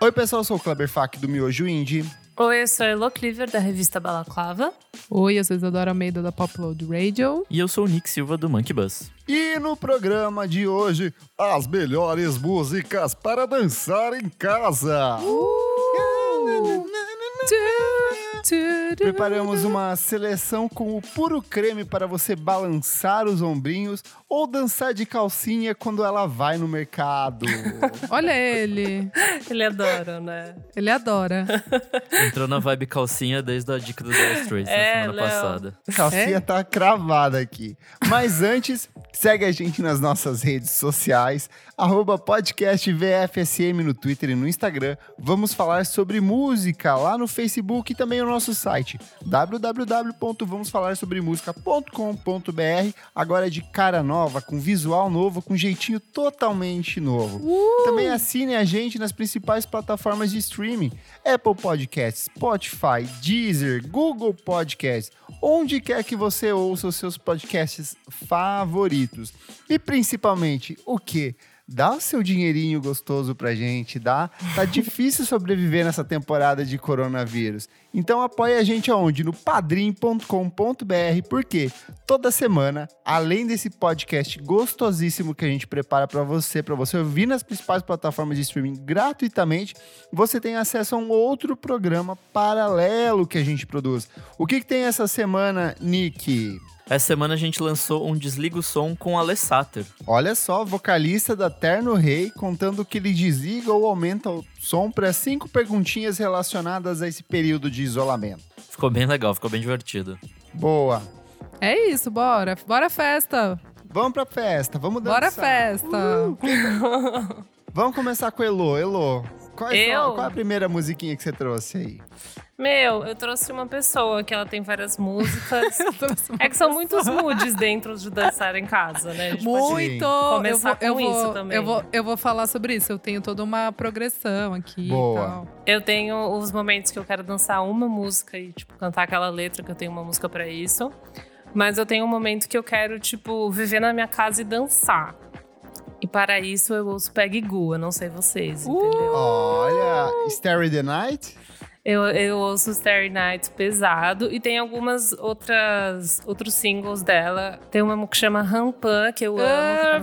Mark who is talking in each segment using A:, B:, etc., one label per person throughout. A: Oi, pessoal, eu sou o Kleber Fak do Miojo Indie.
B: Oi, eu sou a Elo Cleaver, da revista Balaclava.
C: Oi, eu sou Isadora Almeida da Popload Radio.
D: E eu sou o Nick Silva do Monkey Bus.
A: E no programa de hoje, as melhores músicas para dançar em casa. Preparamos uma seleção com o puro creme para você balançar os ombrinhos ou dançar de calcinha quando ela vai no mercado.
C: Olha ele,
B: Ele adora, né?
C: ele adora.
D: Entrou na vibe calcinha desde a dica do Dire Straits
B: É,
D: na semana
B: Léo.
D: passada.
A: Calcinha
C: É?
A: tá cravada aqui. Mas antes, segue a gente nas nossas redes sociais, arroba podcast VFSM no Twitter e no Instagram. Vamos falar sobre música lá no Facebook e também no nosso site, www.vamosfalarsobremusica.com.br. Agora é de cara nova, com visual novo, com jeitinho totalmente novo. Também assine a gente nas principais plataformas de streaming: Apple Podcasts, Spotify, Deezer, Google Podcasts, onde quer que você ouça os seus podcasts favoritos. E principalmente, o quê? Dá o seu dinheirinho gostoso pra gente, dá? Tá difícil sobreviver nessa temporada de coronavírus. Então apoia a gente aonde? No padrim.com.br, porque toda semana, além desse podcast gostosíssimo que a gente prepara pra você, pra você ouvir nas principais plataformas de streaming gratuitamente, você tem acesso a um outro programa paralelo que a gente produz. O que, que tem essa semana, Nick?
D: Essa semana a gente lançou um Desliga o Som com Ale Sater.
A: Olha só, vocalista da Terno Rei contando que ele desliga ou aumenta o som para cinco perguntinhas relacionadas a esse período de isolamento.
D: Ficou bem legal, ficou bem divertido.
A: Boa.
C: É isso, bora. Bora festa.
A: Vamos pra festa, vamos dançar.
C: Bora festa.
B: Uh!
A: Vamos começar com o Elo. Elo, qual, é
B: Eu?
A: sua- qual é a primeira musiquinha que você trouxe aí?
B: Meu, eu trouxe uma pessoa que ela tem várias músicas.
C: Trouxe
B: é que são muitos moods dentro de dançar em casa, né? A gente pode-
C: Muito! Eu vou,
B: começar
C: eu,
B: com
C: vou,
B: isso também.
C: eu, vou, eu vou falar sobre isso. Eu tenho toda uma progressão aqui
A: Boa.
C: e tal.
B: Eu tenho os momentos que eu quero dançar uma música e, tipo, cantar aquela letra que eu tenho uma música pra isso. Mas eu tenho um momento que eu quero, tipo, viver na minha casa e dançar. E para isso eu ouço Peg Gu, eu não sei vocês,
C: Uh!
B: entendeu?
A: Olha, Starry the Night?
B: Eu, eu ouço Starry Night pesado e tem algumas outras outros singles dela. Tem uma que chama Rampan, que eu amo, que tá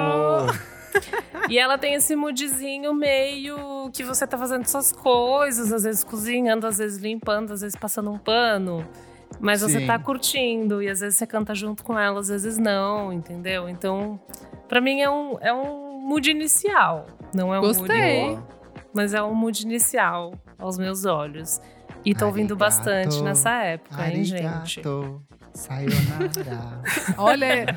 B: no Spotify.
A: Amo.
B: E ela tem esse moodzinho meio que você tá fazendo suas coisas, às vezes cozinhando, às vezes limpando, às vezes passando um pano. Mas você
A: Sim.
B: tá curtindo, e às vezes você canta junto com ela, às vezes não, entendeu? Então, pra mim é um, é um mood inicial. Não é um mood,
C: Gostei.
A: Boa.
B: mas é um mood inicial aos meus olhos. E tô ouvindo
A: Arigato.
B: bastante nessa época, hein, gente?
A: Arigato, sayonara.
C: Olha,
B: Eu
C: pode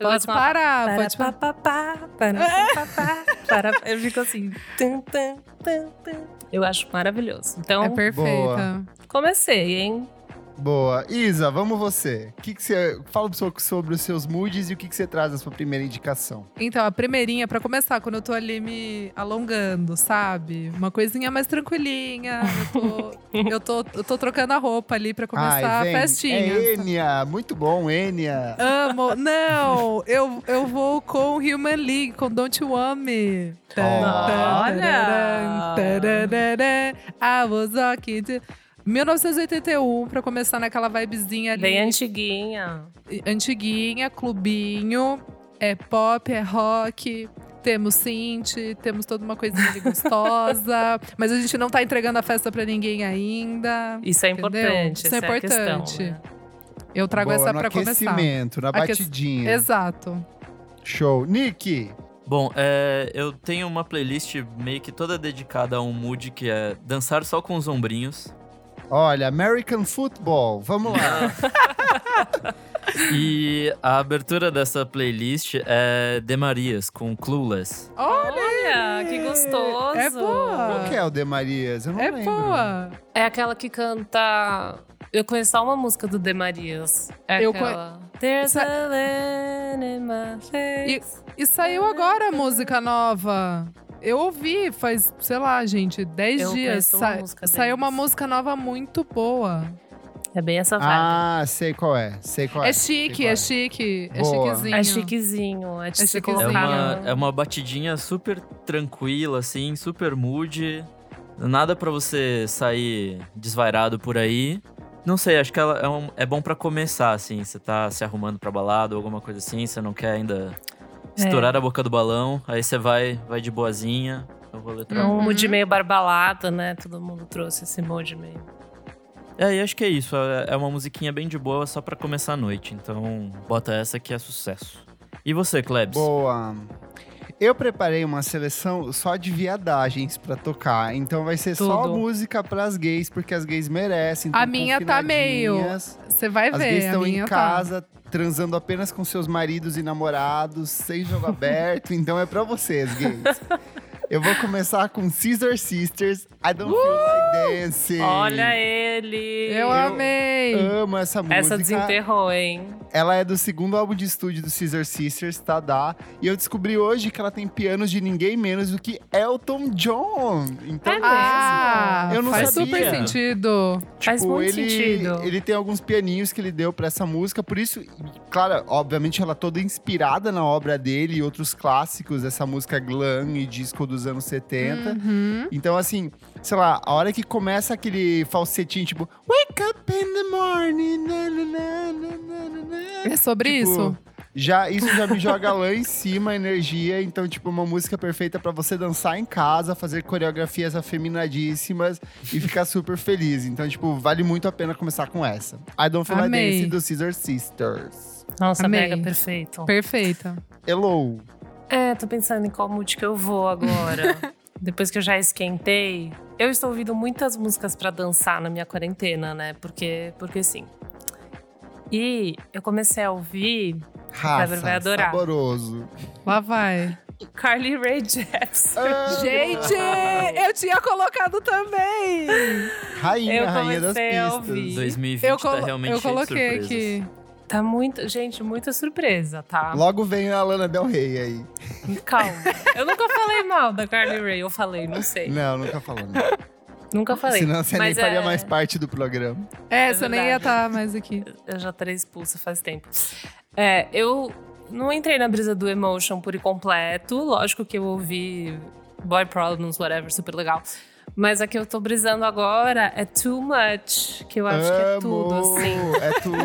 B: gosto de uma-
C: parar,
B: Para,
C: pode
B: pa, pa,
C: parar.
B: pa, para, pa, pa, para. Eu fico assim. tum, tum, tum, tum. Eu acho maravilhoso. Então,
C: É perfeita.
B: comecei, hein?
A: Boa. Isa, vamos você. O que, que você. Fala um pouco sobre os seus moods e o que, que você traz na sua primeira indicação.
C: Então, a primeirinha, pra começar, quando eu tô ali me alongando, sabe? Uma coisinha mais tranquilinha. Eu tô, eu tô, eu tô trocando a roupa ali pra começar
A: vem.
C: a festinha.
A: É Enya, muito bom, Enya.
C: Amo. Não, eu, eu vou com Human League, com Don't You Want Me. Tan,
A: Oh. Olha!
C: tan, tararã, tararã, I was walking to- 1981, pra começar naquela vibezinha ali.
B: Bem antiguinha.
C: Antiguinha, clubinho, é pop, é rock. Temos synth, temos toda uma coisinha ali gostosa. mas a gente não tá entregando a festa pra ninguém ainda.
B: Isso é
C: Entendeu?
B: importante.
C: Isso é
B: essa a questão,
C: importante.
B: né?
C: Eu trago
A: Boa,
C: essa
A: no
C: pra começar.
A: aquecimento, na
C: Aque-
A: batidinha.
C: Exato.
A: Show. Nick,
D: Bom, é, eu tenho uma playlist meio que toda dedicada a um mood que é dançar só com os ombrinhos.
A: olha, American Football. Vamos lá.
D: E a abertura dessa playlist é De Marias com Clueless.
C: Olha,
B: Olha, que gostoso.
C: É boa.
A: Qual que é o De Marias? Eu não
C: É
A: lembro.
C: boa.
B: É aquela que canta. Eu conheço só uma música do De Marias. É
C: Eu
B: aquela. There's
C: Essa-
B: a land in my face.
C: E saiu agora a música nova. Eu ouvi faz, sei lá, gente, 10
B: Eu
C: dias.
B: conheço uma música
C: saiu uma
B: deles.
C: música nova muito boa.
B: É bem essa vibe.
A: Ah, sei qual é. Sei qual é.
C: É chique, é chique. É
A: Boa.
C: chiquezinho.
B: é chiquezinho. É de
C: É
B: se
C: chiquezinho.
D: É
B: colocar
D: uma,
B: no-
D: é uma batidinha super tranquila, assim, super mood. Nada pra você sair desvairado por aí. Não sei, acho que ela é, um- é bom pra começar, assim. Você tá se arrumando pra balada ou alguma coisa assim, você não quer ainda
C: É.
D: estourar a boca do balão. Aí você vai, vai de boazinha. Eu vou
B: É um
C: Uhum.
B: mood meio barbalada, né? Todo mundo trouxe esse mood meio.
D: É, e acho que é isso. É é uma musiquinha bem de boa só pra começar a noite. Então, bota essa que é sucesso. E você, Klebs?
A: Boa. Eu preparei uma seleção só de viadagens pra tocar, então vai ser só
B: Tudo.
A: música pras gays, porque as gays merecem. tão
C: A minha tá meio.
A: confinadinhas.
C: Você vai
A: As
C: ver.
A: gays
C: a
A: estão em
C: minha tá.
A: casa, transando apenas com seus maridos e namorados, sem jogo aberto, então é pra vocês, gays. Eu vou começar com Caesar Sisters, I Don't Feel
C: Uh!
A: Like Dancing.
B: Olha ele!
C: Eu amei.
A: Amo essa música.
B: Essa desenterrou, hein?
A: Ela é do segundo álbum de estúdio do Caesar Sisters, tá? Dá. E eu descobri hoje que ela tem pianos de ninguém menos do que Elton John. Então,
B: É mesmo?
C: Ah,
A: Eu não
C: faz
A: sabia.
C: super sentido.
B: Faz
A: tipo,
B: muito
A: ele,
B: sentido.
A: ele tem alguns pianinhos que ele deu pra essa música, por isso, claro, obviamente ela é toda inspirada na obra dele e outros clássicos, essa música glam e disco dos anos 70.
C: Uhum.
A: Então, assim, sei lá, a hora que começa aquele falsetinho, tipo, Wake up in the morning, na, na, na, na, na, na,
C: É sobre
A: Tipo,
C: isso.
A: Já, isso já me joga lá em cima a energia. Então, tipo, uma música perfeita pra você dançar em casa, fazer coreografias afeminadíssimas e ficar super feliz. Então, tipo, vale muito a pena começar com essa. I Don't Feel Like
C: Amei.
A: Dancing do Caesar Sisters.
B: Nossa,
C: Amei.
B: mega perfeito.
C: Perfeita.
A: Hello.
B: É, tô pensando em qual mood que eu vou agora. Depois que eu já esquentei. Eu estou ouvindo muitas músicas pra dançar na minha quarentena, né? Porque, porque sim. E eu comecei a ouvir Kleber vai
A: Raça,
B: adorar.
A: saboroso.
C: Lá vai.
B: Carly Rae Jepsen.
A: Ah,
C: Gente, eu tinha colocado também.
A: Rainha,
B: eu
A: rainha das
B: comecei a
A: pistas.
B: ouvir.
D: 2020
C: Eu,
D: tá
C: colo-
D: realmente
C: eu
D: cheio de
C: coloquei
D: surpresas.
C: aqui.
B: Tá muito, gente, muita surpresa, tá?
A: Logo vem a Lana Del Rey aí.
B: Calma. Eu nunca falei mal da Carly Rae, eu falei, não sei.
A: Não, nunca falando.
B: Nunca falei.
A: Né? Senão você nem
B: Mas
A: faria
B: é-
A: mais parte do programa.
C: É, você nem ia
B: verdade.
C: estar mais aqui.
B: Eu já estarei expulsa faz tempo. É, eu não entrei na brisa do Emotion por completo. Lógico que eu ouvi Boy Problems, whatever, super legal. Mas a que eu tô brisando agora é Too Much, que eu acho que é tudo,
A: Amo.
B: assim.
A: É tudo.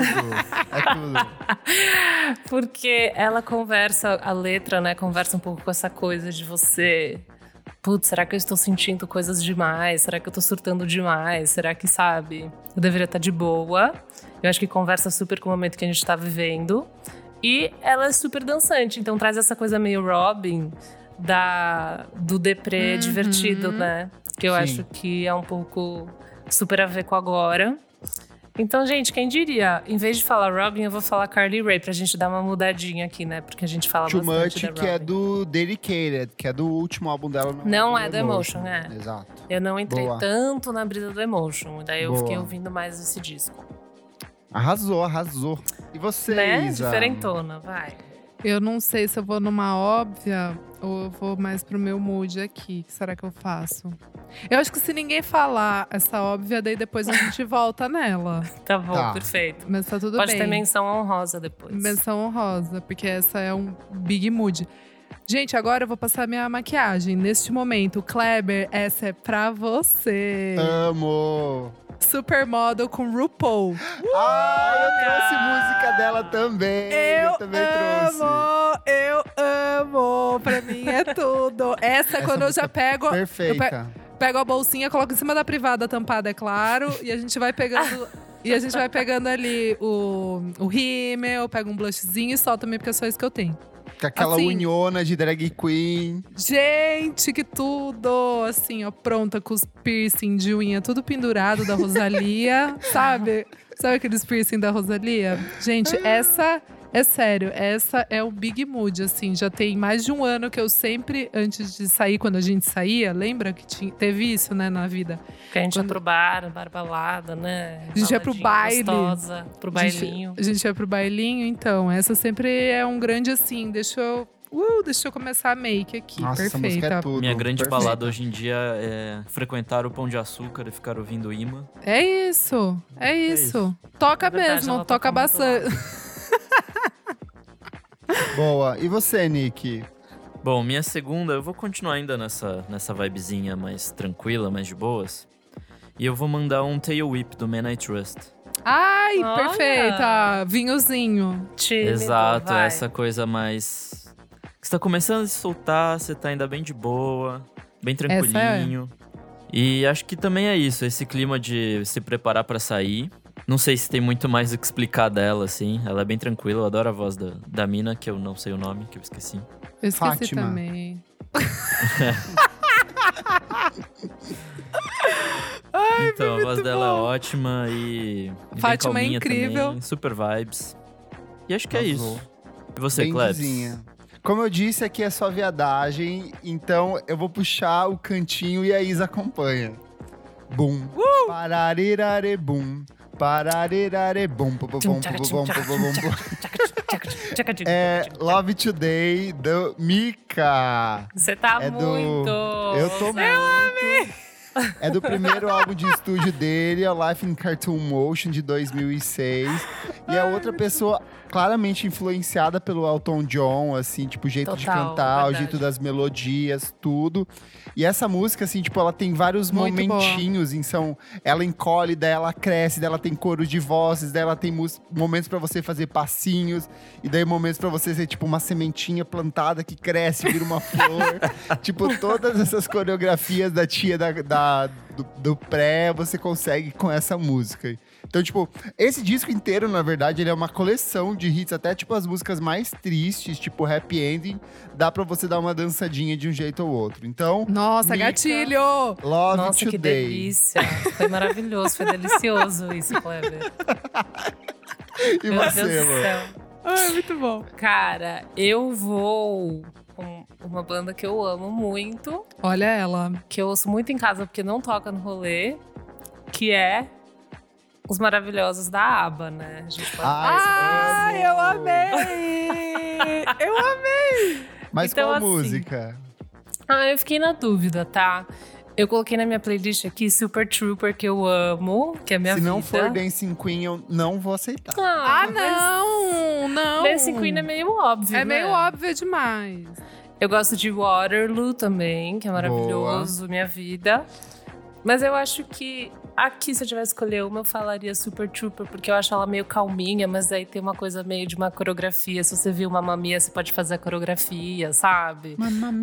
A: É tudo.
B: Porque ela conversa, a letra, né? Conversa um pouco com essa coisa de você. Putz, será que eu estou sentindo coisas demais? Será que eu tô surtando demais? Será que, sabe, eu deveria estar de boa? Eu acho que conversa super com o momento que a gente tá vivendo. E ela é super dançante, então traz essa coisa meio Robin da, do deprê
C: Uhum.
B: divertido, né? Que eu
A: Sim.
B: acho que é um pouco super a ver com agora. Então, gente, quem diria? Em vez de falar Robin, eu vou falar Carly Rae pra gente dar uma mudadinha aqui, né? Porque a gente fala
A: Too Much,
B: bastante da
A: que é
B: Robin.
A: do Dedicated, que é do último álbum dela.
B: Não é do Emotion, é.
A: Exato.
B: Eu não entrei
A: Boa.
B: tanto na brisa do Emotion, daí eu
A: Boa.
B: fiquei ouvindo mais esse disco.
A: Arrasou, arrasou. E você,
B: Né?
A: Isa?
B: Diferentona, vai.
C: Eu não sei se eu vou numa óbvia ou eu vou mais pro meu mood aqui. O que será que eu faço? Eu acho que se ninguém falar essa óbvia, daí depois a gente volta nela.
B: Tá bom,
A: Tá.
B: perfeito.
C: Mas tá tudo
B: Pode
C: bem.
B: ter menção honrosa depois.
C: Menção honrosa, porque essa é um big mood. Gente, agora eu vou passar minha maquiagem. Neste momento, Kleber, essa é pra você.
A: Ah. Amo!
C: Supermodel com RuPaul.
A: Ah, eu trouxe música dela também. Eu, também
C: amo,
A: trouxe.
C: eu amo. Pra mim é tudo. Essa, é
A: Essa
C: quando eu já
A: música
C: pego,
A: Perfeita.
C: pego a bolsinha, coloco em cima da privada tampada, é claro, e a gente vai pegando e a gente vai pegando ali o o rímel, pego um blushzinho e solto também porque é só isso que eu tenho.
A: Com aquela
C: Assim.
A: unhona de drag queen.
C: Gente, que tudo! Assim, ó, pronta com os piercing de unha, tudo pendurado da Rosalia, sabe? Sabe aqueles piercing da Rosalia? Gente, essa. É sério, essa é o Big Mood, assim. Já tem mais de um ano que eu sempre, antes de sair, quando a gente saía, lembra que tinha- teve isso, né, na vida?
B: Porque a gente
C: Quando-
B: ia pro bar, bar balada, né?
C: A gente ia pro
B: Baladinha
C: baile.
B: Gostosa, pro
C: A gente-
B: bailinho.
C: A gente vai pro bailinho, então. Essa sempre é um grande assim, deixa eu. Uh, deixa eu começar a make aqui.
A: Nossa, essa música é
C: Perfeita.
A: tudo.
D: Minha grande
A: Perfeito.
D: balada hoje em dia é frequentar o Pão de Açúcar e ficar ouvindo imã.
C: É isso, é isso. Toca
B: Na verdade,
C: mesmo,
B: ela toca
C: toca
B: muito
C: bastante.
A: Boa. E você, Nick?
D: Bom, minha segunda, eu vou continuar ainda nessa, nessa vibezinha mais tranquila, mais de boas. E eu vou mandar um Tail Whip do Man I Trust.
C: Ai,
B: Olha!
C: perfeita. Vinhozinho.
B: Tímido,
D: Exato, é
B: vai.
D: essa coisa mais. que Você tá começando a se soltar, você tá ainda bem de boa, bem
C: é.
D: tranquilinho. E acho que também é isso, esse clima de se preparar pra sair. Não sei se tem muito mais o que explicar dela, assim. Ela é bem tranquila, eu adoro a voz da, da mina, que eu não sei o nome, que eu esqueci.
C: Eu esqueci
A: Fátima.
C: também.
D: então, a voz
C: muito
D: dela
C: bom.
D: é ótima e. e bem
C: Fátima é
D: calminha
C: incrível.
D: também, super vibes. E acho que é
A: Arrasou.
D: isso. E você,
A: Bem
D: Klebs?
A: dizinha. Como eu disse, aqui é só viadagem, então eu vou puxar o cantinho e a Isa acompanha. Bum.
D: Uh!
A: Pararirerebum. Pararirerebum. Pum, pum, pum, pum, pum, pum, pum, pum. É Love Today do Mika.
B: Você tá
A: É do-
B: muito.
A: Eu tô muito. É do primeiro álbum de estúdio dele, é o Life in Cartoon Motion, de 2006. E é outra pessoa claramente influenciada pelo Elton John, assim, tipo, o jeito de
B: Total,
A: cantar, o
B: verdade.
A: jeito das melodias, tudo. E essa música, assim, tipo, ela tem vários
C: Muito boa.
A: momentinhos, em são, ela encolhe, daí ela cresce, daí ela tem coro de vozes, daí ela tem mus- momentos pra você fazer passinhos, e daí momentos pra você ser, tipo, uma sementinha plantada que cresce, vira uma flor. Tipo, todas essas coreografias da tia da, da- do, do pré, você consegue com essa música. Então, tipo, esse disco inteiro, na verdade, ele é uma coleção de hits, até tipo as músicas mais tristes, tipo happy ending, dá pra você dar uma dançadinha de um jeito ou outro. Então,
C: Nossa,
A: Mica.
C: gatilho.
A: Love
B: Nossa, que
A: Today.
B: delícia. Foi maravilhoso, foi delicioso isso, Kleber.
A: e
B: Meu
A: você,
B: Deus do
A: Lu?
B: céu.
C: Ai, muito bom.
B: Cara, eu vou com uma banda que eu amo muito,
C: Olha ela.
B: que eu ouço muito em casa porque não toca no rolê, que é Os Maravilhosos da ABBA, né? A gente
A: Ah.
B: pode...
A: Ai, amo.
C: amei! Eu amei!
A: Mas
B: Então,
A: qual
B: assim,
A: música?
B: Ah, eu fiquei na dúvida, tá? Eu coloquei na minha playlist aqui Super Trooper, que eu amo, que é minha
A: Se
B: vida.
A: não for Dancing Queen, eu não vou aceitar.
B: Ah,
C: Ah, não! Não!
B: Dancing Queen é meio óbvio,
C: É
B: né?
C: meio óbvio demais.
B: Eu gosto de Waterloo também, que é maravilhoso, minha vida. Mas eu acho que aqui, se eu tivesse que escolher uma, eu falaria Super Trooper, porque eu acho ela meio calminha, mas aí tem uma coisa meio de uma coreografia. Se você viu uma mamia, você pode fazer a coreografia, sabe?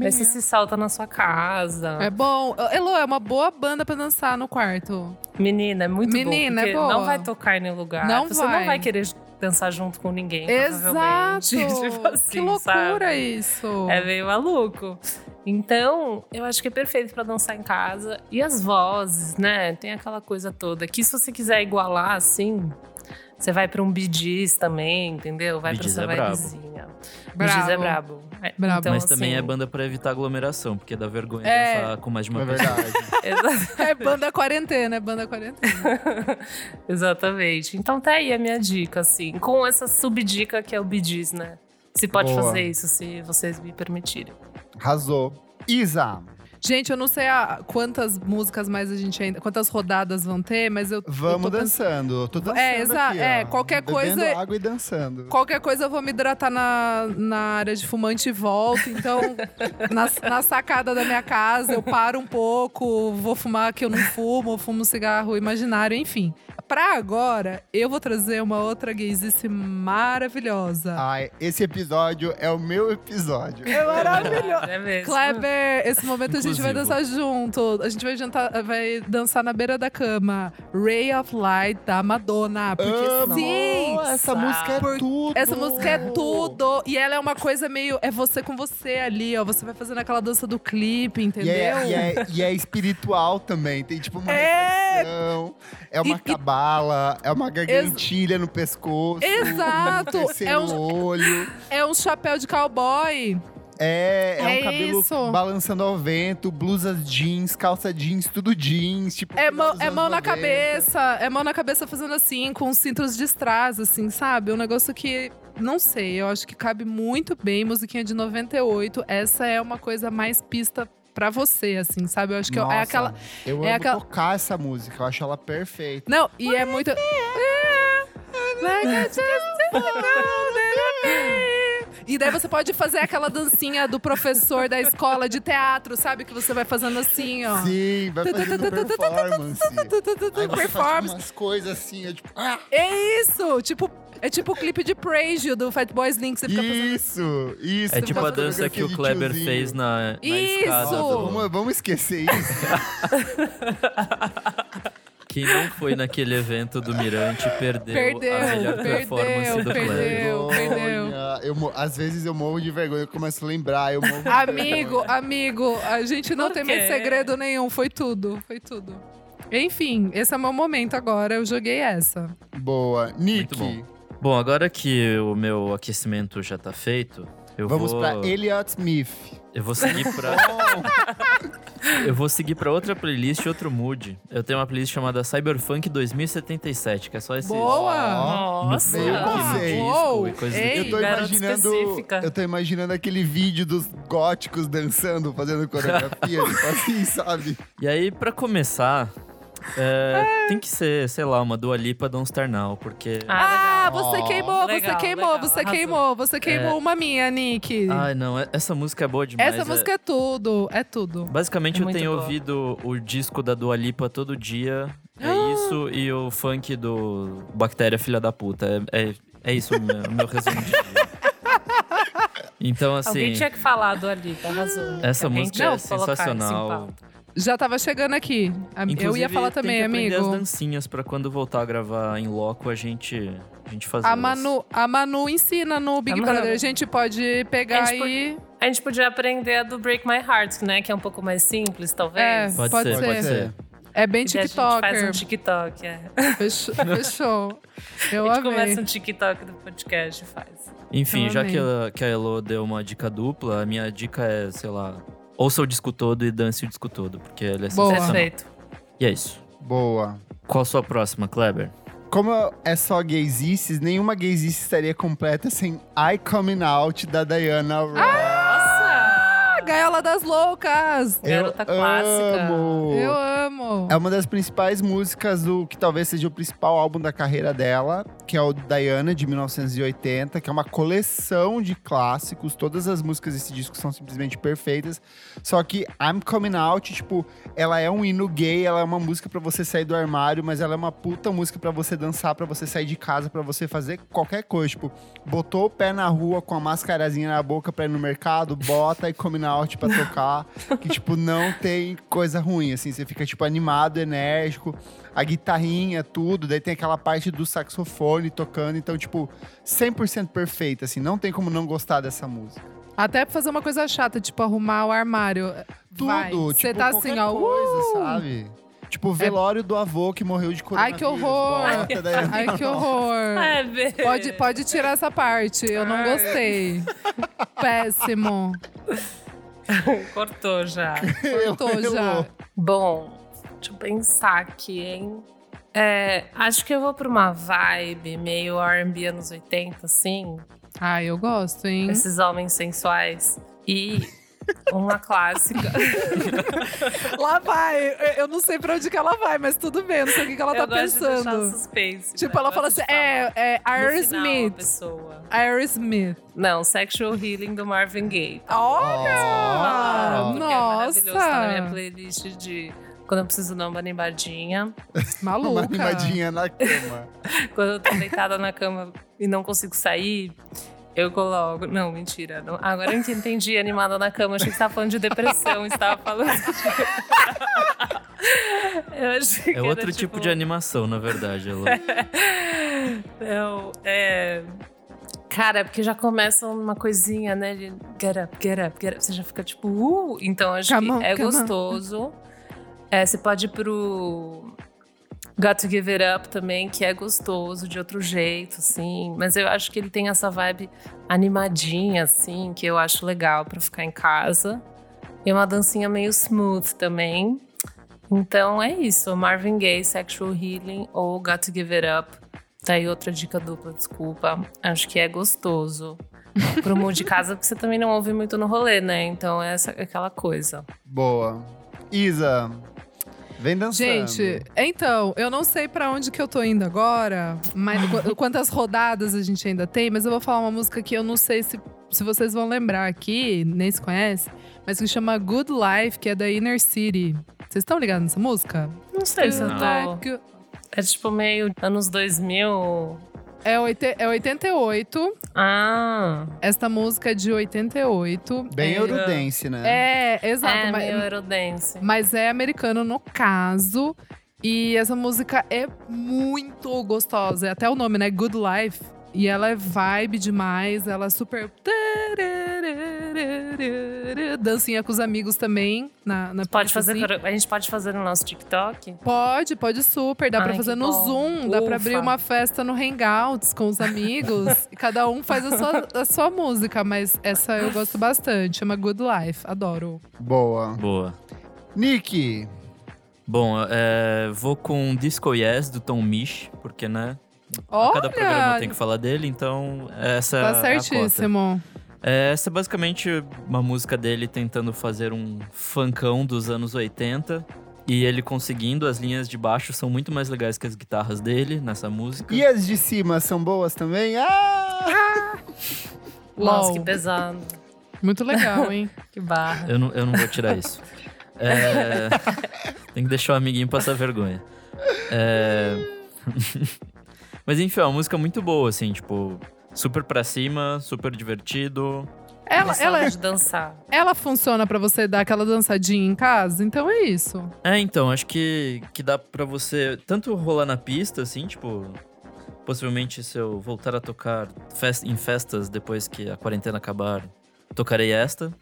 B: Aí você se salta na sua casa.
C: É bom. Elo, é uma boa banda pra dançar no quarto.
B: Menina, é muito
C: Menina,
B: bom,
C: é
B: porque
C: boa.
B: não vai tocar em nenhum lugar.
C: Não
B: você
C: vai.
B: não vai querer dançar junto com ninguém,
C: Exato!
B: provavelmente. Tipo assim,
C: que loucura
B: sabe?
C: isso!
B: É meio maluco. Então, eu acho que é perfeito pra dançar em casa. E as vozes, né? Tem aquela coisa toda. Que se você quiser igualar, assim, você vai pra um bidiz também, entendeu? Vai
D: Bee
B: pra
D: Gees
B: sua
D: é brabo.
B: vibezinha. Bidiz é brabo. É,
C: Brabo.
B: então,
D: Mas também
B: assim,
D: é banda pra evitar aglomeração, porque dá vergonha
C: É.
D: dançar com mais de uma
A: É
D: pessoa.
A: verdade.
B: Exa-
C: É banda quarentena, é banda quarentena.
B: Exatamente. Então tá aí a minha dica, assim. Com essa subdica que é o bidiz, né? Se pode
A: Boa.
B: fazer isso, se vocês me permitirem.
A: Arrasou. Isa,
C: Gente, eu não sei a- quantas músicas mais a gente ainda. Quantas rodadas vão ter, mas eu. eu
A: vamos
C: tô pensando-
A: dançando. Eu Tô dançando
C: É, exa-
A: aqui, ó.
C: é, qualquer
A: Bebendo
C: coisa-
A: água e dançando.
C: Qualquer coisa eu vou me hidratar na, na área de fumante e volto. Então, na, na sacada da minha casa, eu paro um pouco, vou fumar que eu não fumo, fumo cigarro imaginário, enfim. Pra agora, eu vou trazer uma outra gaysice maravilhosa.
A: Ai, esse episódio é o meu episódio.
C: É maravilhosa!
B: É mesmo.
C: Kleber, esse momento a gente vai
D: Inclusivo.
C: dançar junto. A gente vai, jantar, vai dançar na beira da cama. Ray of Light da Madonna. Porque
A: Amo!
C: sim!
A: Essa música é
B: Por-
A: tudo!
C: Essa música é tudo. E ela é uma coisa meio. É você com você ali, ó. Você vai fazendo aquela dança do clipe,
A: E
C: entendeu?
A: é, e é- e é espiritual também, tem tipo uma
C: É.
A: reflexão, é uma
C: E- e-
A: cabala, é uma gargantilha no pescoço, é
C: Exato!
A: um terceiro
C: É um-
A: olho,
C: É um chapéu de cowboy.
A: é, é,
C: É
A: um cabelo
C: isso.
A: balançando ao vento, blusas jeans, calça jeans, tudo jeans, tipo…
C: É
A: final
C: mão,
A: dos
C: é
A: anos
C: mão na
A: 90.
C: cabeça. É mão na cabeça fazendo assim, com os cintos de strass, assim, sabe? Um negócio que Não sei, eu acho que cabe muito bem musiquinha de 98. Essa é uma coisa mais pista pra você, assim, sabe? Eu acho que eu-
A: Nossa,
C: é aquela.
A: Eu
C: é
A: amo
C: aquela-
A: tocar essa música, eu acho ela perfeita.
C: Não, e é muito. E daí você pode fazer aquela dancinha do professor da escola de teatro, sabe? Que você vai fazendo assim, ó.
A: Sim, vai fazendo performance. Aí você faz
C: Performance.
A: umas coisas assim, é tipo... Ah,
C: É isso! Tipo, é tipo o clipe de Praise You do Fat Boys Link. Você fica fazendo
A: isso, isso.
D: É tipo a
A: faz uma
D: dança que
A: coreografia
D: o
A: de
D: Kleber
A: tiozinho.
D: fez na, na
C: um Isso!
D: escada.
A: Nossa,
D: do-
A: vamos, vamos esquecer isso.
D: Quem não foi naquele evento do Mirante perdeu,
C: Perdeu,
D: a melhor
C: perdeu,
D: performance do
C: perdeu.
D: Kleber.
C: Perdeu, perdeu.
A: Vergonha. Eu mo- às vezes eu morro de vergonha, eu começo a lembrar, eu morro de
C: Amigo,
A: vergonha.
C: amigo, a gente não
B: Por
C: tem mais
B: quê?
C: segredo nenhum. Foi tudo, foi tudo. Enfim, esse é meu momento agora. Eu joguei essa.
A: Boa. Nick,
D: Muito Bom, agora que o meu aquecimento já tá feito, eu
A: vamos
D: vou
A: pra Elliot Smith.
D: eu vou seguir pra
A: Bom,
D: eu vou seguir para outra playlist, outro mood. Eu tenho uma playlist chamada Cyberfunk 2077, que é só esse
C: Boa!
B: Nossa!
A: Meio conceito.
C: Uou!
D: e coisas do
C: Ei!
A: eu tô
B: Garota
A: imaginando,
B: específica.
A: eu tô imaginando aquele vídeo dos góticos dançando, fazendo coreografia, tipo assim, sabe?
D: E aí, pra começar,
C: Ah!
D: é, tem que ser, sei lá, uma Dua Lipa Don't Star Now, porque...
B: Ah,
C: Ah,
A: legal.
C: você
A: Ó.
C: queimou, você
B: Legal,
C: queimou,
B: legal,
C: você
B: arrasou. É.
C: queimou, você queimou uma minha, Nick.
D: Ai, não, é- essa música é boa demais.
C: essa
D: é-
C: música é tudo, é tudo.
D: Basicamente,
B: É
D: eu
B: muito
D: tenho
B: boa.
D: ouvido o disco da Dua Lipa todo dia. É isso, e o funk do Bactéria Filha da Puta. É, é, é isso o meu, o meu resumo de dia. Então,
B: Alguém
D: assim,
B: tinha que falar do Alipa, arrasou.
D: essa
B: Alguém
D: música
B: tinha
D: é
B: que colocar isso em
D: sensacional.
B: pauta.
C: Já tava chegando aqui. A- Eu ia
D: Inclusive,
C: falar também,
D: tem que aprender as
C: amigo.
D: dancinhas pra quando voltar a gravar em loco a gente, a gente fazer.
C: A
D: as-
C: Manu, a Manu ensina no Big
B: A Manu.
C: Brother. A gente pode pegar
B: A gente pode-
C: e.
B: A gente podia aprender a do Break My Heart, né? Que é um pouco mais simples, talvez.
D: Pode,
C: é, Pode
D: ser,
A: ser.
D: pode ser.
C: É bem
B: E daí A gente faz um
C: TikToker.
B: TikTok, é.
C: Fechou. fechou. Eu
B: a gente
C: amei.
B: começa um TikTok do podcast e faz.
D: Enfim,
C: Eu
D: já
C: amei.
D: que a, que a Elo deu uma dica dupla, a minha dica é, sei lá, ouça o disco todo e dance o disco todo, porque ele é
C: Boa.
D: sensacional.
B: Perfeito.
D: E é isso.
A: Boa.
D: Qual a sua próxima, Kleber?
A: Como é só gaysices, nenhuma gaysice estaria completa sem I Coming Out da Diana Ross.
B: Ah! Nossa!
C: Ah, Gaiola das Loucas!
B: Garota clássica.
A: amo.
C: Eu amo.
A: É uma das principais músicas do que talvez seja o principal álbum da carreira dela, que é o Diana, de 1980, que é uma coleção de clássicos. Todas as músicas desse disco são simplesmente perfeitas. Só que I'm Coming Out, tipo, ela é um hino gay, ela é uma música pra você sair do armário, mas ela é uma puta música pra você dançar, pra você sair de casa, pra você fazer qualquer coisa. Tipo, botou o pé na rua com a mascarazinha na boca pra ir no mercado, bota e coming out pra tocar. que, tipo, não tem coisa ruim, assim. Você fica, tipo, animado, enérgico. A guitarrinha, tudo. Daí tem aquela parte do saxofone tocando. Então, tipo, 100% perfeita, assim. Não tem como não gostar dessa música.
C: Até pra fazer uma coisa chata, tipo arrumar o armário.
A: Tudo,
C: Vai.
A: tipo,
C: Você tá
A: qualquer
C: assim, ó.
A: coisa,
C: uh! É
A: sabe? Tipo, o velório do avô que morreu de
C: Ai,
A: coronavírus.
C: que horror!
A: bota, daí-
C: Ai, que horror.
B: É, bê.
C: Pode, pode tirar essa parte. Eu não
B: Ai.
C: gostei. Péssimo.
B: Cortou já.
C: Cortou
A: eu
C: já.
A: amo.
B: Bom, deixa eu pensar aqui, hein? É, acho que eu vou pra uma vibe meio R&B anos 80, assim.
C: Uhum. Ai, eu gosto, hein?
B: Esses homens sensuais. E uma clássica.
C: Lá vai. Eu- Eu não sei pra onde que ela vai, mas tudo bem. eu Não sei o que que ela
B: eu
C: tá
B: gosto de deixar o
C: pensando.
B: suspense.
C: Tipo,
B: né?
C: ela
B: Eu
C: fala
B: gosto
C: assim:
B: de falar
C: é, é
B: no
C: Iris
B: final a
C: Smith.
B: pessoa.
C: Iris Smith.
B: Não, Sexual Healing do Marvin Gaye.
C: Olha!
A: Ah,
B: Porque é
C: Nossa!
B: maravilhoso, tá na minha playlist de quando eu preciso dar uma animadinha.
A: Uma
C: Maluca.
A: animadinha na cama.
B: Quando eu tô deitada na cama e não consigo sair, eu coloco. Não, mentira. não- Agora eu entendi animada na cama. Achei que você tava falando de depressão. Estava falando. de- eu achei que
D: É
B: era,
D: outro tipo de animação, na verdade, Elo.
B: Não, é. Cara, é porque já começa uma coisinha, né? De get up, get up, get up. Você já fica tipo, uh! Então acho
C: Come
B: que
C: on,
B: é
C: come on.
B: gostoso. É, você pode ir pro Got to Give It Up também, que é gostoso de outro jeito, assim. Mas eu acho que ele tem essa vibe animadinha, assim, que eu acho legal pra ficar em casa. E uma dancinha meio smooth também. Então é isso, Marvin Gaye, Sexual Healing ou Got to Give It Up. Tá aí outra dica dupla, desculpa. Acho que é gostoso. Pro mundo de casa, porque você também não ouve muito no rolê, né? Então é essa, aquela coisa.
A: Boa. Isa, vem dançando.
C: Gente, então, eu não sei pra onde que eu tô indo agora, mas qu- quantas rodadas a gente ainda tem, mas eu vou falar uma música que eu não sei se, se vocês vão lembrar aqui, nem se conhece, mas que chama Good Life, que é da Inner City. Vocês estão ligados nessa música?
B: Não sei se eu tô.
D: Não.
C: Good-
B: É tipo meio anos 2000.
C: É, oite- é 88.
B: Ah,
C: Esta música é de 88.
A: Bem
C: é,
A: eurodense, né?
C: É, exato.
B: é
C: mas,
B: meio Eurodance.
C: mas é americano no caso. E essa música é muito gostosa. É Até o nome, né? Good Life. E ela é vibe demais. Ela é super. Dancinha com os amigos também. Na, na
B: Pode fazer,
C: pista, assim.
B: a gente pode fazer no nosso TikTok?
C: Pode, pode super. Dá pra
B: Ai,
C: fazer
B: que
C: no
B: bom.
C: Zoom, dá pra
B: Ufa.
C: abrir uma festa no Hangouts com os amigos. e cada um faz a sua, a sua música, mas essa eu gosto bastante. Chama Good Life, adoro.
A: Boa.
D: Boa.
A: Nick,
D: Bom, é, vou com Disco Yes, do Tom Misch, porque, né? A cada programa eu tenho
C: Olha,
D: que falar dele, então essa é a
C: tá
D: cota.
C: certíssimo.
D: É, essa é basicamente uma música dele tentando fazer um funkão dos anos 80. E ele conseguindo, as linhas de baixo são muito mais legais que as guitarras dele nessa música.
A: e as de cima são boas também? Ah!
B: Nossa,
C: Lol.
B: que pesado.
C: Muito legal, hein?
B: Que barra.
D: Eu não, eu não vou tirar isso. É, tem que deixar o amiguinho passar vergonha. É, Mas enfim, é uma música muito boa, assim, tipo, super pra cima, super divertido.
C: ela,
B: Nossa,
C: ela,
B: de dançar.
C: ela funciona pra você dar aquela dançadinha em casa? Então é isso.
D: É, então, acho que, que dá pra você tanto rolar na pista, assim, tipo. Possivelmente, se eu voltar a tocar fes- em festas depois que a quarentena acabar, tocarei esta.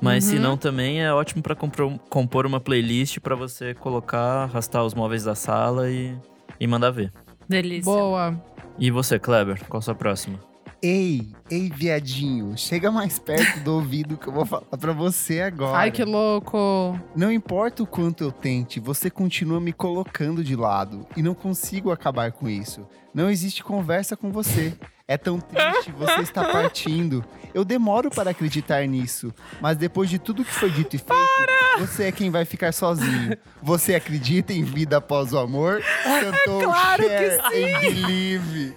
D: Mas
C: Uhum.
D: se não, também é ótimo pra compro- compor uma playlist pra você colocar, arrastar os móveis da sala e, e mandar ver.
B: Delícia.
C: Boa.
D: E você, Kleber, qual a sua próxima?
A: Ei, ei, viadinho, chega mais perto do ouvido que eu vou falar pra você agora.
C: Ai, que louco.
A: Não importa o quanto eu tente, você continua me colocando de lado e não consigo acabar com isso. Não existe conversa com você. É tão triste, você está partindo. Eu demoro para acreditar nisso, mas depois de tudo que foi dito e feito, você é quem vai ficar sozinho. Você acredita em vida após o amor? Cantou
C: É claro que
A: Cher em Believe.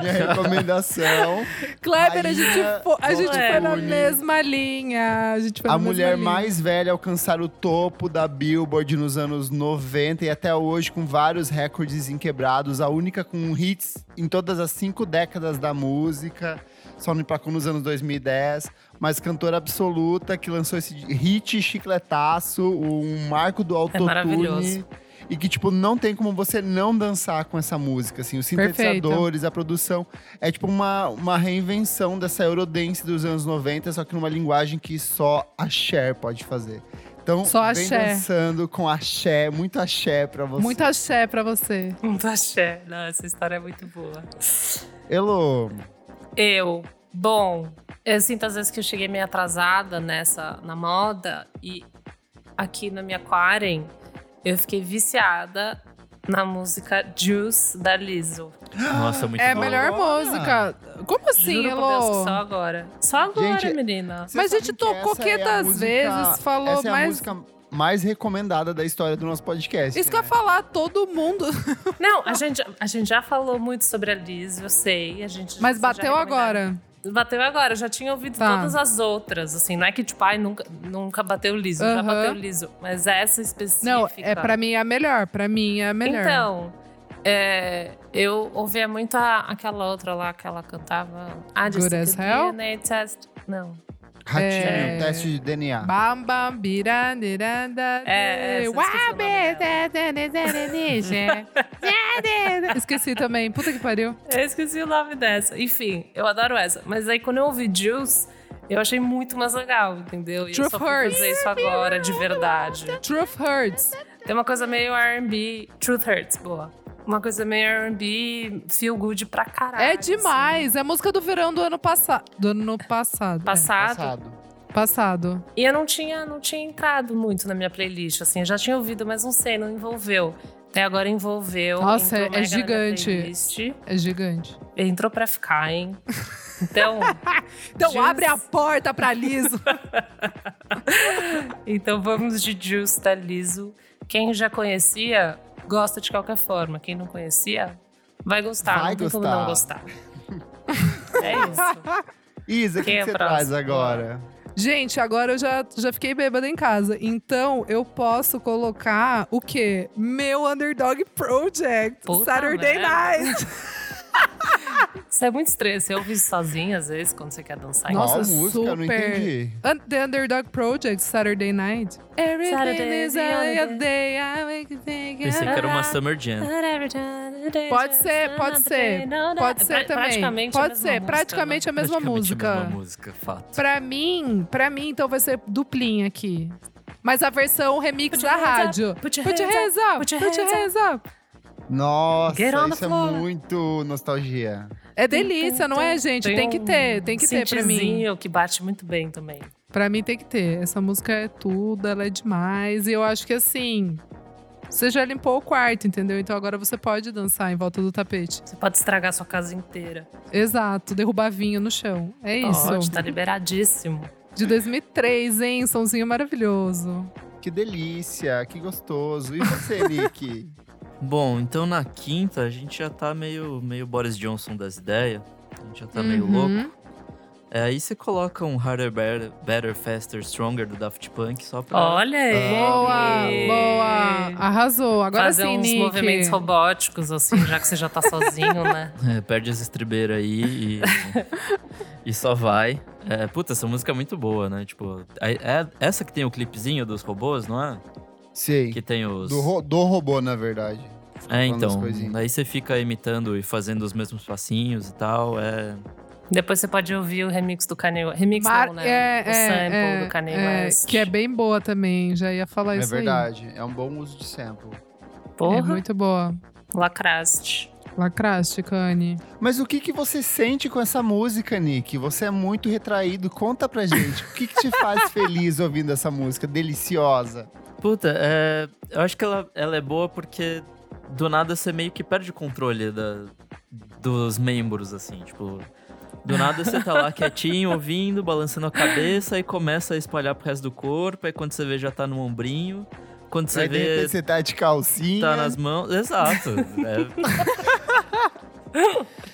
A: Minha recomendação.
C: Kleber, a
A: Aí,
C: gente,
A: né,
C: fo- a gente
B: Clooney.
C: foi na mesma linha. A gente foi na
A: A
C: mesma
A: mulher
C: linha.
A: mais velha a alcançar o topo da Billboard nos anos 90 e até hoje com vários recordes inquebrados, a única com hits em todas as cinco décadas da música, só não emplacou nos anos 2010, mas cantora absoluta que lançou esse hit chicletaço, um marco
C: É
A: do autotune.
B: maravilhoso.
A: e que, tipo, não tem como você não dançar com essa música, assim. Os sintetizadores, a produção. É tipo uma, uma reinvenção dessa Eurodance dos anos 90, só que numa linguagem que só a Cher pode fazer. Então,
C: Só a
A: vem
C: Cher.
A: dançando com a Cher, muito a Cher pra você.
C: Muito axé pra você.
B: Um axé. Não, essa história é muito boa.
A: Elo,
B: Eu, bom, eu sinto às vezes que eu cheguei meio atrasada nessa, na moda e aqui na minha Quaren eu fiquei viciada na música Juice da Lizzo.
D: Nossa, muito
C: É a
D: boa.
C: melhor
A: Olha.
C: música. Como assim,
B: Juro por Deus que
C: Elô?
B: só agora. Só agora,
A: Gente,
B: menina.
A: vocês
C: Mas a gente
A: sabem que
C: tocou
A: essa é a
C: 500
A: música-
C: vezes, falou
A: Essa é a
C: mais-
A: música mais recomendada da história do nosso podcast.
C: Isso que eu ia
A: né?
C: falar, todo mundo.
B: Não, a gente, a gente já falou muito sobre a Lizzo, eu sei. A gente
C: Mas
B: vocês já
C: bateu
B: recomendaram.
C: agora.
B: Bateu agora, eu já tinha ouvido
C: Tá.
B: todas as outras, assim, não é que tipo, ai, nunca, nunca bateu liso, já
C: Aham.
B: bateu liso, mas essa específica.
C: Não, é pra mim é a melhor. Pra mim é a melhor.
B: Então, é, eu ouvia muito a- aquela outra lá que ela cantava. Ah, just
C: Good as
B: a
C: hell?
B: DNA test. Não.
A: Ratinho,
C: É.
A: teste de DNA.
C: Bam, bam, bira, dira, da,
B: É, é,
C: di.
B: você
C: Uá,
B: esqueceu o nome
C: be, da, da, da, da, da, di, je. Da, da, da. Esqueci também. Puta que pariu.
B: Eu esqueci o nome dessa. Enfim, eu adoro essa. Mas aí quando eu ouvi Juice, eu achei muito mais legal, entendeu? E
C: Truth
B: eu só fui
C: Hurts.
B: fazer isso agora, de verdade.
C: Truth Hurts.
B: Tem uma coisa meio R&B, Truth Hurts, boa. Uma coisa meio R&B, feel good pra caralho.
C: É
B: assim.
C: demais. É a música do verão do ano passado. Do ano passado.
B: Passado.
A: Passado.
C: É, passado.
B: E eu não tinha, não tinha entrado muito na minha playlist, assim, eu já tinha ouvido, mas não sei, não envolveu. Até agora envolveu.
C: Nossa,
B: entrou
C: é- é
B: mega na minha
C: gigante.
B: playlist.
C: É gigante.
B: Entrou pra ficar, hein? Então,
C: Então
B: Juice.
C: abre a porta pra Liso.
B: então vamos de Juice da Liso. Quem já conhecia, gosta de qualquer forma. Quem não conhecia, vai gostar.
A: Vai
B: não tem como não
A: gostar.
B: gostar. É isso.
A: Isa, o que,
B: Quem
A: que
B: é
A: você
B: próximo?
A: traz agora?
C: Gente, agora eu já, já fiquei bêbada em casa. Então eu posso colocar o quê? Meu Underdog Project.
B: Puta
C: Saturday
B: merda.
C: Night.
B: Isso é muito estranho. Você ouve isso sozinha, às vezes, quando você quer dançar. então, em
C: Nossa,
A: Qual música? Eu não
C: super.
A: entendi.
C: Un- The Underdog Project, Saturday Night. Everything
B: Saturday is
C: is
B: the
C: a
B: other
C: day I make you think
D: Pensei que era uma
B: Ah.
D: Summer Jam.
B: Pode
C: Pode ser, pode ser. Pode ser também.
B: Praticamente a mesma
C: Pode ser,
B: música, né?
C: praticamente a mesma
D: Praticamente
C: música.
D: A mesma música, fato.
C: Pra mim, pra mim, então vai ser duplinha aqui. Mas a versão remix
B: Put
C: da
B: your hands up,
C: rádio.
B: put your
C: Put your
B: hands
C: hands up, put your hands up.
A: Nossa,
B: Get on the
A: isso é
B: floor.
A: muito nostalgia.
C: É delícia, não é, gente? Tem que ter, tem que ter pra mim.
B: um que bate muito bem também.
C: Pra mim tem que ter. Essa música é tudo, ela é demais. E eu acho que assim, você já limpou o quarto, entendeu? Então agora você pode dançar em volta do tapete.
B: Você pode estragar sua casa inteira.
C: Exato, derrubar vinho no chão. É isso.
B: Pode, tá liberadíssimo.
C: De 2003, hein? Sonzinho maravilhoso.
A: Que delícia, que gostoso. E você, Nick?
D: Bom, então na quinta a gente já tá meio, meio Boris Johnson das ideias. A gente já tá meio
C: Uhum.
D: louco. É, aí você coloca um Harder, Better, Better, Faster, Stronger do Daft Punk só pra.
B: Olha aí.
C: É. Boa, boa. Arrasou. Agora
B: Fazer
C: sim,
B: uns
C: Nick.
B: movimentos robóticos, assim, já que você já tá sozinho, né?
D: É, perde as estribeiras aí e, e só vai. É, puta, essa música é muito boa, né? Tipo, é, é essa que tem o clipezinho dos robôs, não é?
A: Sim.
D: Que tem os.
A: Do, ro- do robô, na verdade.
D: É,
A: Falando as
D: então.
A: coisinhas.
D: Aí você fica imitando e fazendo os mesmos passinhos e tal. É,
B: Depois você pode ouvir o remix do Kanye West. Remix
C: Mar-
B: não, né?
C: é,
B: o
C: é,
B: sample
C: é,
B: do Kanye
C: é,
B: West.
C: que é bem boa também, já ia falar
A: é
C: isso
A: verdade. É um bom uso de sample.
C: aí.
B: Porra,
C: É muito boa.
B: lacraste.
C: Lacraste, Kanye.
A: Mas o que, que você sente com essa música, Nick? Você é muito retraído. Conta pra gente. O que, que te faz feliz ouvindo essa música deliciosa?
D: Puta, é, eu acho que ela, ela é boa porque do nada você meio que perde o controle da- dos membros, assim, tipo. Do nada você tá lá quietinho, ouvindo, balançando a cabeça e começa a espalhar pro resto do corpo. Aí quando você vê, já tá no ombrinho. Quando você
A: Aí, de
D: vê,
A: repente, você tá de calcinha.
D: tá nas mãos. Exato. é.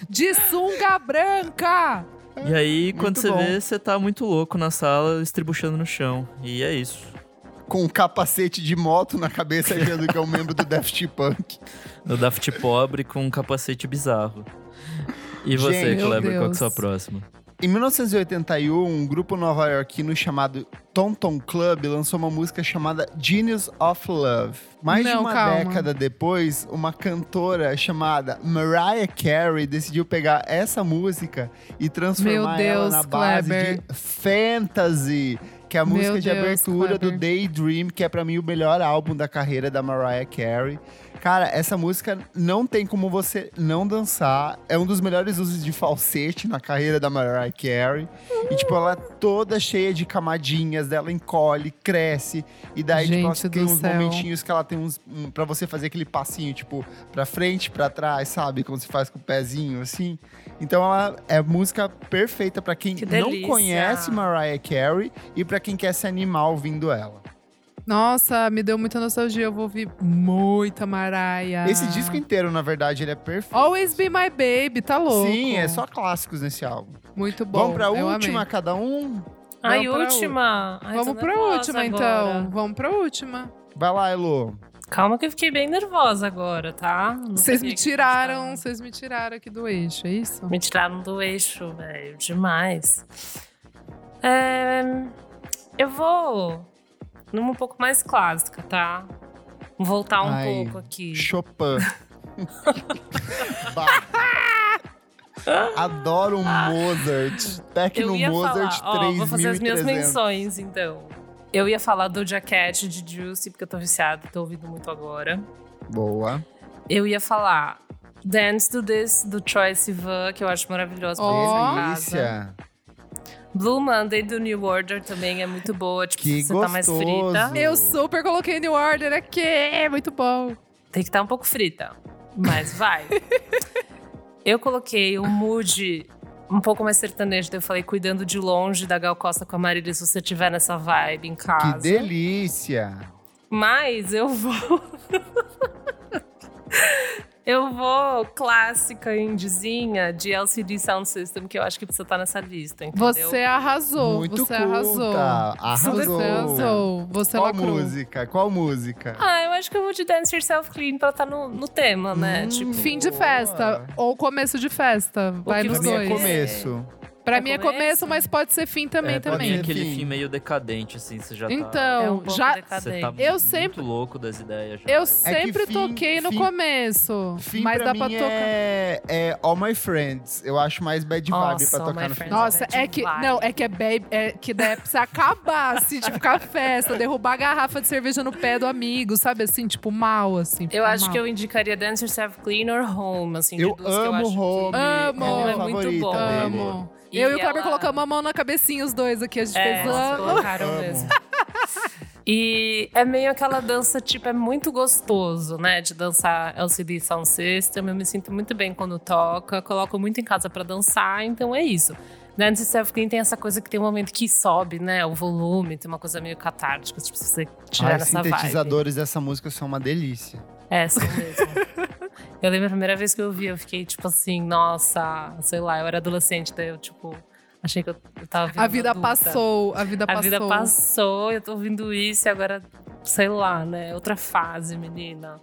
C: De sunga branca!
D: E aí,
A: Muito
D: quando você
A: bom.
D: vê, você tá muito louco na sala, estribuchando no chão. E é isso.
A: Com um capacete de moto na cabeça, achando que é um membro do Daft Punk.
D: No Daft Pobre com um capacete bizarro. E você,
A: Gente, meu
D: Kleber, qual que é a
C: Deus.
D: sua próxima?
A: Em 1981, um grupo nova-iorquino chamado Tonton Club lançou uma música chamada Genius of Love. Mais de
C: Não,
A: uma
C: calma.
A: década depois, uma cantora chamada Mariah Carey decidiu pegar essa música e transformar
C: Meu
A: ela
C: Deus,
A: na base
C: Kleber.
A: de Fantasy, que é a
C: Meu
A: música de
C: Deus,
A: abertura do
C: Kleber.
A: Daydream, que é pra mim o melhor álbum da carreira da Mariah Carey. Cara, essa música não tem como você não dançar. É um dos melhores usos de falsete na carreira da Mariah Carey. E, tipo, ela é toda cheia de camadinhas, dela encolhe, cresce. E daí, tipo, ela
C: Gente
A: tem
C: do
A: uns
C: céu.
A: momentinhos que ela tem uns. Um, pra você fazer aquele passinho, tipo, pra frente, pra trás, sabe? Como se faz com o pezinho, assim. Então, ela é música perfeita pra quem
B: Que
A: não
B: delícia.
A: conhece Mariah Carey e pra quem quer se animar ouvindo ela.
C: Nossa, me deu muita nostalgia. Eu vou ouvir muita
B: Ah.
C: Maraia.
A: Esse disco inteiro, na verdade, ele é perfeito.
C: Always Be My Baby, tá louco.
A: Sim, é só clássicos nesse álbum.
C: Muito bom.
A: Vamos pra
C: eu
A: última,
C: amei.
A: cada um.
B: Ai,
C: Vamos pra
B: última. Ai, tô
C: Vamos pra
B: nervosa
C: última,
B: agora.
C: então. Vamos pra última.
A: Vai lá, Elo.
B: Calma que eu fiquei bem nervosa agora, tá? Não
C: Vocês
B: sabia
C: me
B: que tinha
C: tiraram,
B: que
C: vocês me tiraram aqui do eixo, é isso?
B: tirar. Me tiraram do eixo, velho. Demais. É, eu vou numa um pouco mais clássica, tá? Vou Voltar um
A: Ai.
B: pouco aqui.
A: Chopin. Bah. Adoro um Mozart.
B: Eu
A: Tecno
B: ia
A: Mozart
B: falar, ó, vou fazer as minhas
A: 3300.
B: menções, então. Eu ia falar do Jacket de Juicy, porque eu tô viciada, tô ouvindo muito agora.
A: Boa.
B: Eu ia falar Dance to This, do Troy Sivan, que eu acho maravilhoso. pra
C: Ó.
B: dançar em casa.
A: Delícia.
B: Blue Monday, do New Order, também é muito boa. Tipo,
A: Que
B: se você tá mais
A: gostoso.
B: frita.
A: Eu-
C: Eu super coloquei New Order aqui, muito bom.
B: Tem que estar um pouco frita, mas vai. eu coloquei um mood um pouco mais sertanejo, daí eu falei cuidando de longe da Gal Costa com a Marília, se você tiver nessa vibe em casa.
A: Que delícia!
B: Mas eu vou. eu vou clássica indizinha de LCD Sound System, que eu acho que precisa estar nessa lista, entendeu?
C: Você arrasou,
A: Muito
C: você
A: culta.
C: arrasou.
A: Arrasou.
C: Você arrasou, você é
A: Qual
C: lacrou.
A: música? Qual música?
B: Ah, eu acho que eu vou de Dance Yourself Clean pra estar no, no tema, né?
A: Hum,
B: tipo,
C: Fim de festa ou começo de festa, vai
B: que
C: nos
A: Pra mim
B: você
A: é
B: comer.
C: dois.
A: começo.
C: Pra
B: É
C: mim é
B: começo?
C: começo, mas pode ser fim também
D: é, pra
C: também.
D: mim é aquele
A: Enfim.
D: fim meio decadente, assim, você já tá...
C: Então,
B: É um pouco É
C: já-
D: Você tá
B: decadente.
C: Eu
D: muito
C: sempre-
D: louco das ideias. já.
C: Eu sempre
A: fim-
C: toquei no
A: fim-
C: começo,
A: Fim
C: mas
A: pra
C: dá
A: mim
C: pra tocar.
A: é, é All My Friends. Eu acho mais bad vibe
B: Nossa,
A: pra
B: All My
A: tocar no
B: Friends.
A: final.
C: Nossa, é
B: Bad
C: que
B: vibe.
C: não, é que é baby, é que daí precisa acabar, assim, tipo ficar festa, derrubar a garrafa de cerveja no pé do amigo, sabe assim, tipo mal assim.
B: Eu acho que
C: eu
B: eu indicaria Dance Yourself Clean or Home, assim,
A: Eu
B: de duas que eu
A: amo
B: acho que-
A: Home.
C: Amo.
A: É
B: Home
A: minha
B: é muito
A: favorita
B: bom.
A: dele.
C: amo.
B: E
C: eu e o Kleber
B: ela-
C: colocamos a mão na cabecinha os dois aqui, a gente
B: É,
C: fez
B: vocês
C: "Ah,
B: colocaram mesmo. E é meio aquela dança, tipo, é muito gostoso, né? De dançar LCD Sound System. Eu me sinto muito bem quando toca. Coloco muito em casa pra dançar, então é isso. Dance Self Clean tem essa coisa que tem um momento que sobe, né? O volume, tem uma coisa meio catártica, tipo, se você tiver
A: Ai, os
B: nessa vibe.
A: sintetizadores dessa música são uma delícia.
B: É, são mesmo. eu lembro a primeira vez que eu vi, eu fiquei tipo assim, nossa, sei lá, eu era adolescente, daí eu, tipo, achei que eu, eu tava
C: A
B: virando
C: vida
B: adulta.
C: passou, a vida
B: A
C: passou.
B: vida passou, eu tô ouvindo isso e agora, sei lá, né? Outra fase, menina.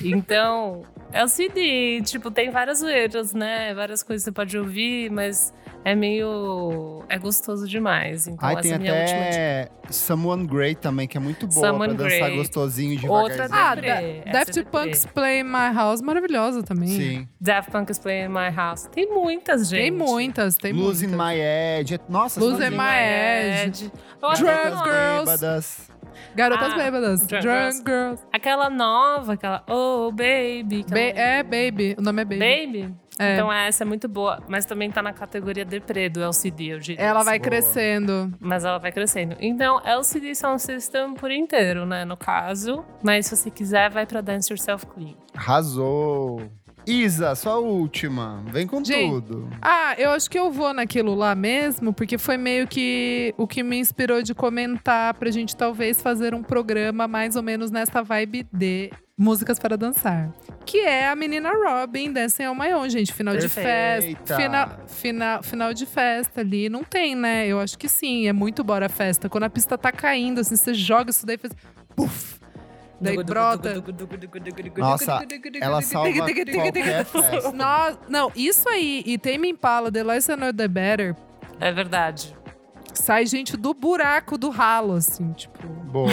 B: Então, LCD, tipo, tem várias zoeiras, né? Várias coisas que você pode ouvir, mas é meio. É gostoso demais. Então,
A: Aí
B: essa
A: tem
B: é a minha última dica.
A: até Someone Great também, que é muito boa
B: Someone
A: pra dançar
B: Great.
A: gostosinho
B: Outra
A: devagarzinho.
C: Ah,
B: Deprê,
C: da,
B: essa
C: Daft
B: é deprê.
C: Punk's Play in My House, maravilhosa também.
A: Sim.
B: Daft Punk is playing in my house. Tem muitas, gente.
C: Tem muitas, tem
A: Losing
C: muitas.
A: My Edge. é- Nossa,
C: Losing
A: são
C: My
A: demais.
C: Edge.
B: Eu acho
C: Drunk
B: que não.
C: Girls.
A: Bêbadas.
C: Garotas
B: Ah,
C: Bêbadas.
B: Drunk
C: Drunk,
B: Girls.
C: Girls.
B: Aquela nova, aquela Oh Baby. aquela-
C: Ba- é, Baby. O nome é Baby.
B: Baby?
C: É.
B: Então essa é muito boa, mas também tá na categoria é deprê do LCD, eu diria. assim.
C: Ela vai
A: Boa.
C: crescendo.
B: Mas ela vai crescendo. Então, LCD Sound System por inteiro, né, no caso. Mas se você quiser, vai pra Dance Yourself Clean.
A: Arrasou. Isa, sua última. Vem com
C: Gente,
A: tudo.
C: Ah, eu acho que eu vou naquilo lá mesmo, porque foi meio que o que me inspirou de comentar pra gente talvez fazer um programa mais ou menos nessa vibe de músicas para dançar. Que é a menina Robin, Dancing on My Own, gente. Final de
A: Perfeita.
C: festa. Final, final, final de festa ali. Não tem, né? Eu acho que sim. É muito bora a festa. Quando a pista tá caindo, assim, você joga isso daí e faz. Puf! Daí brota.
A: Nossa, Ela salva qualquer festa.
C: Nossa, não, isso aí. E tem me Impala, The Less I Know The Better.
B: É verdade.
C: Sai gente do buraco, do ralo, assim, tipo.
A: Boa.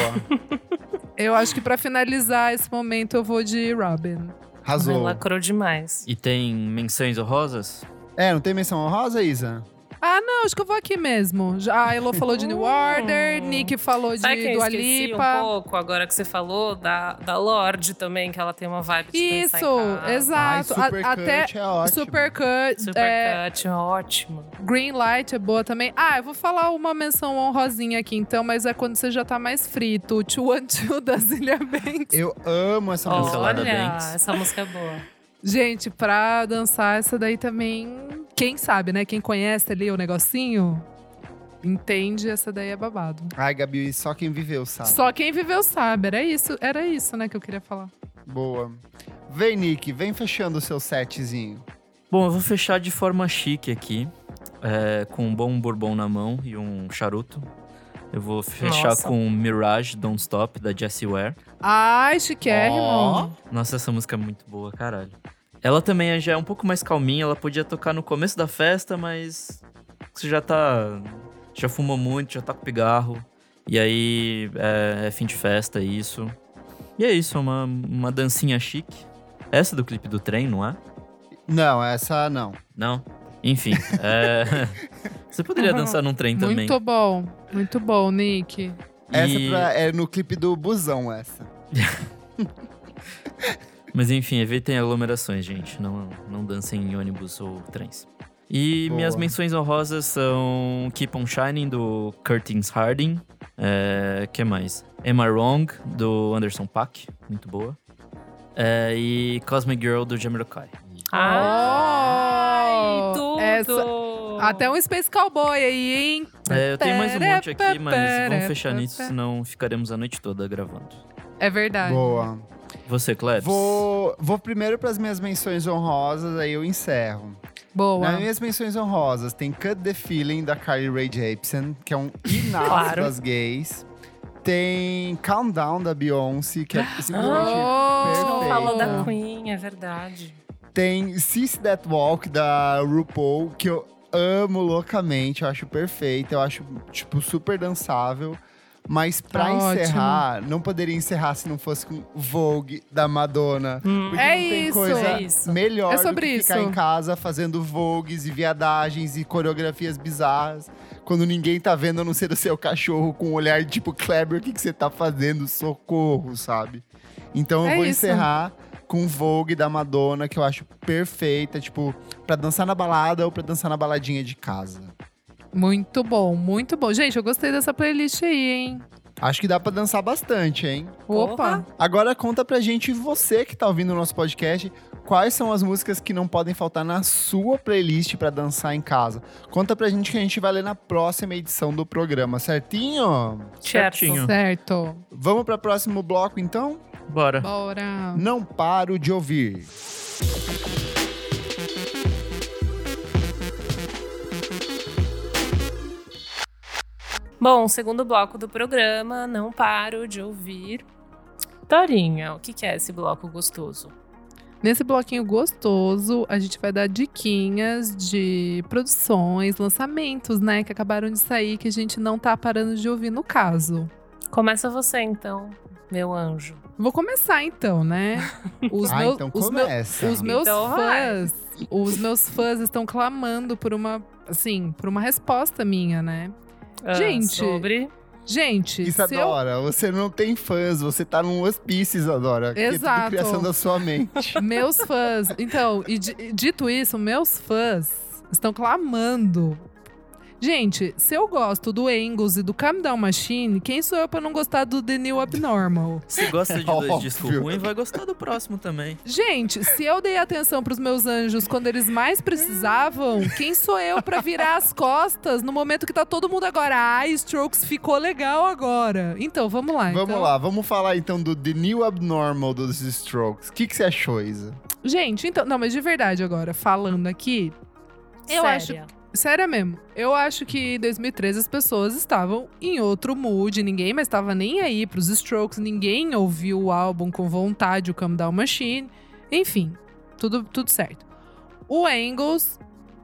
C: Eu acho que pra finalizar esse momento eu vou de Robin.
B: Ela
A: Arrasou.
B: lacrou demais.
D: E tem menções honrosas?
A: É, não tem menção honrosa, Isa?
C: Ah, não, acho que eu vou aqui mesmo. Já- A Elo falou de New Order, Nick falou de
B: Hum. Sabe que eu
C: Dua
B: esqueci um
C: Lipa.
B: pouco, agora que você falou, da, da Lorde também, que ela tem uma vibe de dançar em
C: Isso,
B: casa.
C: exato.
A: Ai, Supercut
C: A- até
A: é ótimo.
C: Supercut, é,
B: Supercut, ótimo.
C: Green Light é boa também. Ah, eu vou falar uma menção honrosinha aqui então, mas é quando você já tá mais frito. Two and Two da Zilia Banks.
A: Eu amo essa
D: Olha.
A: música.
D: Cancelada
B: Olha,
D: Banks.
B: essa música é boa.
C: Gente, pra dançar essa daí também. Quem sabe, né? Quem conhece ali o negocinho, entende, essa daí é babado.
A: Ai, Gabi, só quem viveu sabe.
C: Só quem viveu sabe. Era isso, era isso, né, que eu queria falar.
A: Boa. Vem, Nick, vem fechando o seu setzinho.
D: Bom, eu vou fechar de forma chique aqui, é, com um bom bourbon na mão e um charuto. Eu vou fechar
B: Nossa.
D: com Mirage Don't Stop, da Jessie Ware.
C: Ai, chiquérrimo.
A: Ó.
D: Nossa, essa música é muito boa, caralho. Ela também é- já é um pouco mais calminha, ela podia tocar no começo da festa, mas você já tá. Já fumou muito, já tá com pigarro. E aí é, é fim de festa, é isso. E é isso, é uma, uma dancinha chique. Essa é do clipe do trem, não é?
A: Não, essa não.
D: Não? Enfim. é, Você poderia dançar num trem também.
C: Muito bom. Muito bom, Nick.
A: Essa
D: E-
A: é pra- é no clipe do Busão, essa.
D: Mas enfim, evitem aglomerações, gente. Não, não dancem em ônibus ou trens. E
A: Boa.
D: minhas menções honrosas são Keep on Shining, do Curtis Harding. É, que mais? Am I Wrong, do Anderson Paak. Muito boa. é, e Cosmic Girl do Jamiroquai.
B: Ai, tudo!
C: Oh, Essa- Até um Space Cowboy aí, hein?
D: É, eu tenho mais um monte aqui, mas vamos fechar nisso, senão ficaremos a noite toda gravando.
C: É verdade.
A: Boa.
D: Você, Klebs?
A: Vou, vou primeiro para as minhas menções honrosas, aí eu encerro.
C: Boa.
A: Nas minhas menções honrosas tem Cut the Feeling, da Carly Rae Jepsen, que é um hinaço
B: Claro.
A: das gays. Tem Countdown, da Beyoncé, que é simplesmente...
C: Oh!
B: A gente não
A: Perfeito.
B: falou da Queen, é verdade.
A: Tem Sis That Walk, da RuPaul, que eu amo loucamente, eu acho perfeita, eu acho, tipo, super dançável. Mas pra
C: Tá ótimo.
A: encerrar, não poderia encerrar se não fosse com Vogue, da Madonna. Porque
C: É
A: não tem
C: isso.
A: coisa
B: É isso.
A: melhor
C: É sobre
A: do que ficar
C: isso.
A: em casa fazendo vogues e viadagens e coreografias bizarras. Quando ninguém tá vendo, a não ser o seu cachorro com um olhar tipo Kleber, o que, que você tá fazendo? Socorro, sabe? Então eu
C: É
A: vou
C: isso.
A: encerrar com um Vogue da Madonna, que eu acho perfeita, tipo, pra dançar na balada ou pra dançar na baladinha de casa.
C: Muito bom, muito bom. Gente, eu gostei dessa playlist aí, hein?
A: Acho que dá pra dançar bastante, hein?
C: Opa!
A: Agora conta pra gente, você que tá ouvindo o nosso podcast, quais são as músicas que não podem faltar na sua playlist pra dançar em casa. Conta pra gente que a gente vai ler na próxima edição do programa, certinho?
B: Certinho.
D: Certinho.
C: Certo.
A: Vamos pra próximo bloco então?
D: Bora.
C: Bora.
A: Não paro de ouvir.
B: Bom, segundo bloco do programa, não paro de ouvir. Torinha, o que que é esse bloco gostoso?
C: Nesse bloquinho gostoso, a gente vai dar diquinhas de produções, lançamentos, né? Que acabaram de sair, que a gente não tá parando de ouvir no caso.
B: Começa você então, meu anjo.
C: Vou começar então, né? Os
A: ah,
C: meus-
A: então
C: os meus-
A: começa.
C: Os meus
B: Então vai.
C: fãs, os meus fãs estão clamando por uma, assim, por uma resposta minha, né?
B: Ah,
C: Gente.
B: Sobre.
C: Gente,
A: Isso, é
C: se eu
A: Adora. Você não tem fãs, você tá num hospício, Adora. que É tudo
C: Exato.
A: criação da sua mente.
C: Meus fãs. Então, e di- e dito isso, meus fãs estão clamando. Gente, se eu gosto do Angles e do Calm Down Machine, quem sou eu pra não gostar do The New Abnormal?
D: Se gosta de dois
A: Óbvio.
D: discos ruins, vai gostar do próximo também.
C: Gente, se eu dei atenção pros meus anjos quando eles mais precisavam, quem sou eu pra virar as costas no momento que tá todo mundo agora? Ah, Strokes ficou legal agora. Então, vamos lá.
A: Vamos
C: então.
A: lá, vamos falar então do The New Abnormal dos Strokes. O que, que você achou, Isa?
C: Gente, então. Não, mas de verdade agora, falando aqui, Eu acho
B: séria.
C: Sério mesmo, eu acho que em 2013 as pessoas estavam em outro mood, ninguém mais estava nem aí pros Strokes, ninguém ouviu o álbum com vontade, o Come Down Machine, enfim, tudo, tudo certo. O Angles,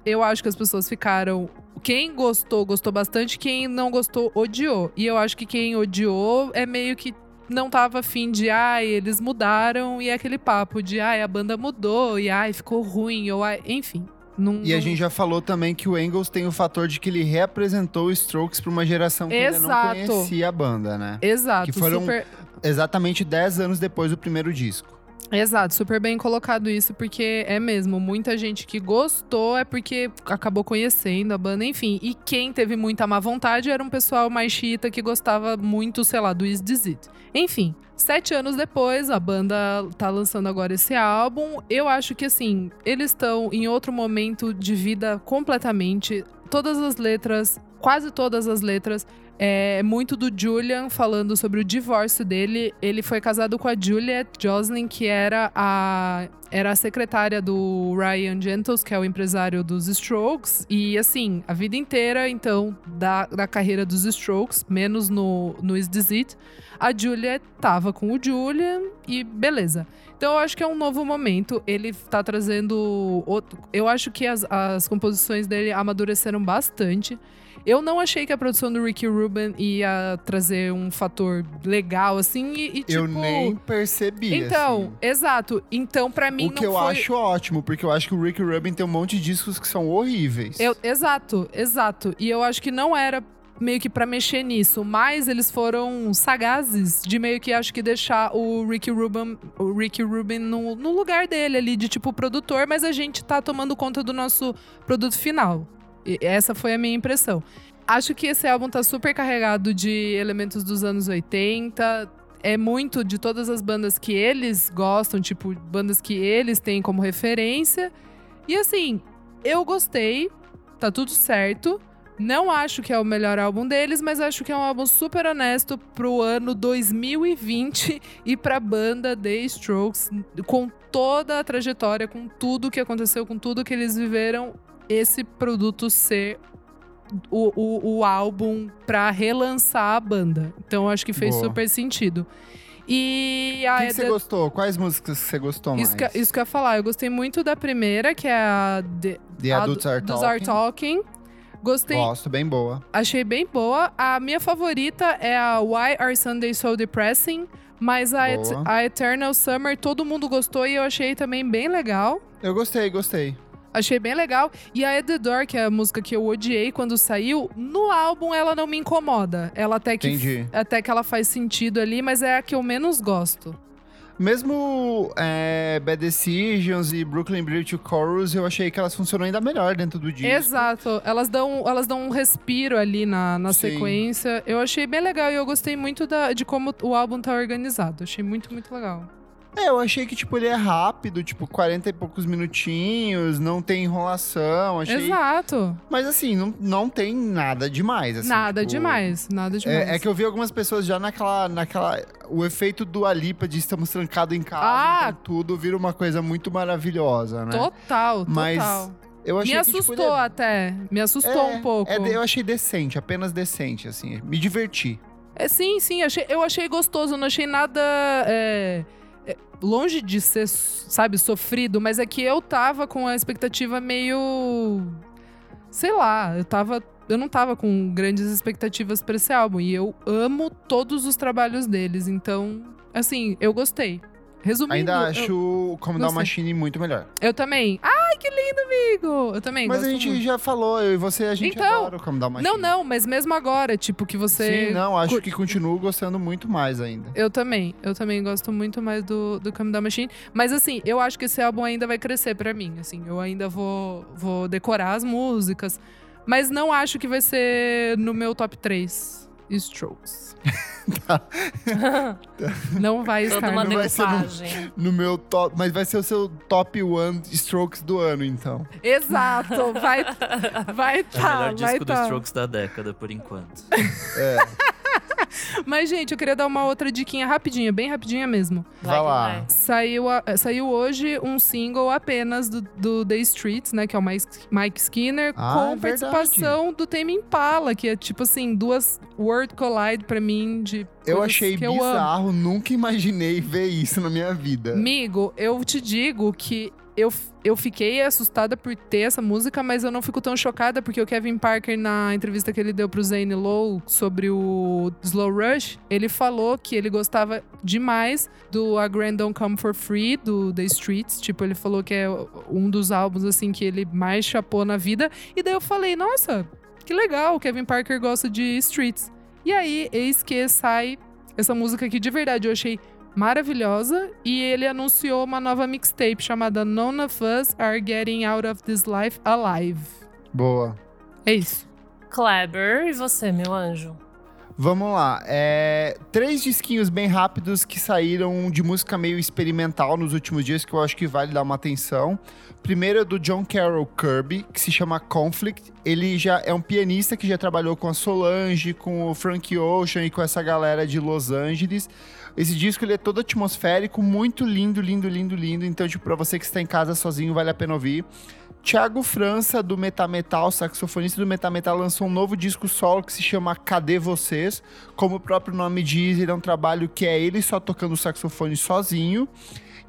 C: eu acho que as pessoas ficaram. Quem gostou, gostou bastante, quem não gostou, odiou. E eu acho que quem odiou é meio que não tava afim de, ai, eles mudaram, e é aquele papo de, ai, a banda mudou, e ai, ficou ruim, ou ai, enfim. Não,
A: E a
C: não-
A: gente já falou também que o Engels tem o fator de que ele reapresentou o Strokes para uma geração que
C: Exato.
A: ainda não conhecia a banda, né?
C: Exato,
A: Que foram-
C: super,
A: Exatamente 10 anos depois do primeiro disco.
C: exato, super bem colocado isso, porque é mesmo, muita gente que gostou é porque acabou conhecendo a banda, enfim. E quem teve muita má vontade era um pessoal mais chita que gostava muito, sei lá, do Is This It. Enfim, sete anos depois, a banda tá lançando agora esse álbum. Eu acho que, assim, eles estão em outro momento de vida completamente. Todas as letras, quase todas as letras, é muito do Julian falando sobre o divórcio dele. Ele foi casado com a Juliet Joslin, que era a, era a secretária do Ryan Gentles, que é o empresário dos Strokes. E assim, a vida inteira, então, da, da carreira dos Strokes, menos no, no Is This It, a Juliet tava com o Julian e beleza. Então eu acho que é um novo momento. Ele tá trazendo. Outro... Eu acho que as, as composições dele amadureceram bastante. Eu não achei que a produção do Ricky Rubin ia trazer um fator legal, assim, e, e, tipo.
A: eu nem percebi.
C: Então, exato. Então, pra
A: assim.
C: mim,
A: o que
C: não
A: eu
C: foi.
A: acho ótimo, porque eu acho que o Rick Rubin tem um monte de discos que são horríveis.
C: Eu- exato, exato. E eu acho que não era meio que pra mexer nisso, mas eles foram sagazes de meio que acho que deixar o Ricky Rubin, o Ricky Rubin no, no lugar dele ali de tipo produtor, mas a gente tá tomando conta do nosso produto final. E essa foi a minha impressão. Acho que esse álbum tá super carregado de elementos dos anos 80. é muito de todas as bandas que eles gostam, tipo, bandas que eles têm como referência. E assim, eu gostei, tá tudo certo. Não acho que é o melhor álbum deles, mas acho que é um álbum super honesto pro ano 2020 e pra banda The Strokes, com toda a trajetória, com tudo que aconteceu, com tudo que eles viveram, esse produto ser o, o, o álbum pra relançar a banda. Então acho que fez
A: Boa.
C: super sentido. E
A: O
C: a
A: que que você
C: Eda-
A: gostou? Quais músicas que você gostou mais?
C: isso que, isso que eu ia falar, eu gostei muito da primeira, que é a The,
A: The
C: a
A: Adults
C: do-
A: Are
C: dos
A: Talking.
C: Are Talking. Gostei,
A: Gosto, bem boa.
C: achei bem boa. A minha favorita é a Why Are Sundays So Depressing, mas a, Et-
A: Boa.
C: a Eternal Summer todo mundo gostou e eu achei também bem legal.
A: Eu gostei, gostei.
C: Achei bem legal. E a At The Door, que é a música que eu odiei quando saiu, no álbum ela não me incomoda. Ela até que,
A: Entendi.
C: até que ela faz sentido ali, mas é a que eu menos gosto.
A: Mesmo é, Bad Decisions e Brooklyn Bridge Chorus, eu achei que elas funcionam ainda melhor dentro do disco.
C: Exato. Elas dão, elas dão um respiro ali na, na
A: Sim.
C: sequência. Eu achei bem legal e eu gostei muito da- de como o álbum tá organizado. Achei muito, muito legal.
A: É, eu achei que, tipo, ele é rápido, tipo, 40 e poucos minutinhos, não tem enrolação, achei...
C: Exato.
A: Mas, assim, não, não tem nada demais, assim,
C: nada
A: tipo,
C: demais, nada demais.
A: É, é que eu vi algumas pessoas já naquela, naquela... O efeito do Alipa de estamos trancados em casa,
C: Ah!
A: então tudo vira uma coisa muito maravilhosa, né?
C: Total, total.
A: Mas Eu achei
C: Me
A: que, tipo,
C: assustou
A: ele é-
C: até. Me assustou
A: é,
C: um pouco.
A: é de- eu achei decente, apenas decente, assim. Me diverti.
C: É, sim, sim, achei- eu achei gostoso, não achei nada. é, é, longe de ser, sabe, sofrido, mas é que eu tava com a expectativa meio. Sei lá, eu tava. Eu não tava com grandes expectativas pra esse álbum. E eu amo todos os trabalhos deles. Então, assim, eu gostei. Resumindo.
A: Ainda
C: eu-
A: acho o Commodore
C: gostei.
A: Machine muito melhor.
C: Eu, também. Ai, que lindo, amigo! Eu também.
A: Mas a
C: gosto
A: gente
C: muito.
A: já falou, eu e você, a gente
C: Então,
A: adora o Commodore Machine.
C: Não, não, mas mesmo agora, tipo, que você.
A: Sim, não, acho
C: cur-
A: que continuo gostando muito mais ainda.
C: Eu também. Eu também gosto muito mais do, do Come Down Machine. Mas assim, eu acho que esse álbum ainda vai crescer pra mim. Assim, eu ainda vou, vou decorar as músicas. Mas não acho que vai ser no meu top 3 Strokes. Não vai um
B: Toda
C: estar
B: uma
C: no...
A: vai ser no-
B: decupagem.
A: No meu top, mas vai ser o seu top one strokes do ano, então.
C: Exato! Vai vai
D: É o melhor
C: tá, vai
D: disco dos
C: tá.
D: Strokes da década, por enquanto.
A: É,
C: Mas gente, eu queria dar uma outra diquinha rapidinha, bem rapidinha mesmo.
A: Vai
B: que
A: lá.
B: vai.
C: Saiu, a- eh, saiu hoje um single apenas do, do The Streets, né? Que é o Mike, Mike Skinner,
A: Ah,
C: com
A: é
C: participação do Tame Impala, que é tipo assim, duas World Collide pra mim de.
A: Eu
C: coisas
A: achei
C: que Eu amo.
A: bizarro, nunca imaginei ver isso na minha vida.
C: Amigo, eu te digo que eu, f- eu fiquei assustada por ter essa música, mas eu não fico tão chocada, porque o Kevin Parker, na entrevista que ele deu pro Zane Lowe sobre o Slow Rush, ele falou que ele gostava demais do A Grand Don't Come For Free, do The Streets. Tipo, ele falou que é um dos álbuns, assim, que ele mais chapou na vida. E daí eu falei, nossa, que legal, o Kevin Parker gosta de Streets. E aí, eis que sai essa música que de verdade eu achei maravilhosa. E ele anunciou uma nova mixtape chamada None of Us Are Getting Out of This Life Alive.
A: Boa.
C: É isso.
B: Kleber, e você, meu anjo?
A: Vamos lá. é, Três disquinhos bem rápidos que saíram de música meio experimental nos últimos dias, que eu acho que vale dar uma atenção. Primeiro é do John Carroll Kirby, que se chama Conflict. Ele já é um pianista que já trabalhou com a Solange, com o Frank Ocean e com essa galera de Los Angeles. Esse disco ele é todo atmosférico, muito lindo, lindo, lindo, lindo. Então, tipo, pra você que está em casa sozinho, vale a pena ouvir. Tiago França, do Metametal, saxofonista do Metametal, lançou um novo disco solo que se chama Cadê Vocês? Como o próprio nome diz, ele é um trabalho que é ele só tocando o saxofone sozinho.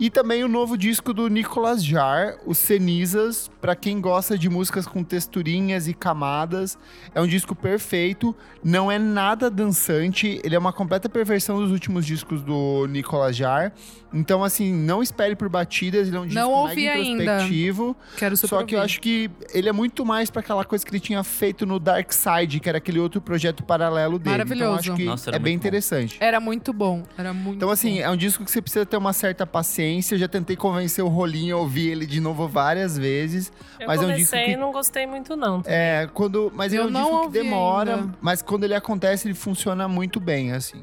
A: E também o novo disco do Nicolas Jar, o Cenizas, para quem gosta de músicas com texturinhas e camadas, é um disco perfeito, não é nada dançante, ele é uma completa perversão dos últimos discos do Nicolas Jar. Então assim, não espere por batidas, ele é um disco
C: ouvi
A: mega
C: ainda.
A: introspectivo.
C: Quero super
A: Só que eu
C: ouvir.
A: acho que ele é muito mais pra aquela coisa que ele tinha feito no Dark Side, que era aquele outro projeto paralelo dele.
C: Maravilhoso.
A: Então acho que
D: Nossa, era
A: é bem
D: muito bom.
A: interessante.
C: Era muito bom. Era muito
A: Então, assim,
C: bom.
A: é um disco que você precisa ter uma certa paciência. Eu já tentei convencer o Rolinho a ouvir ele de novo várias vezes.
B: Eu
A: Mas é um disco
B: comecei
A: que-
B: e não gostei muito, não.
A: É, quando. Mas
C: Eu
A: ele é um
C: não
A: disco que
C: ouvi
A: demora,
C: ainda.
A: mas quando ele acontece, ele funciona muito bem, assim.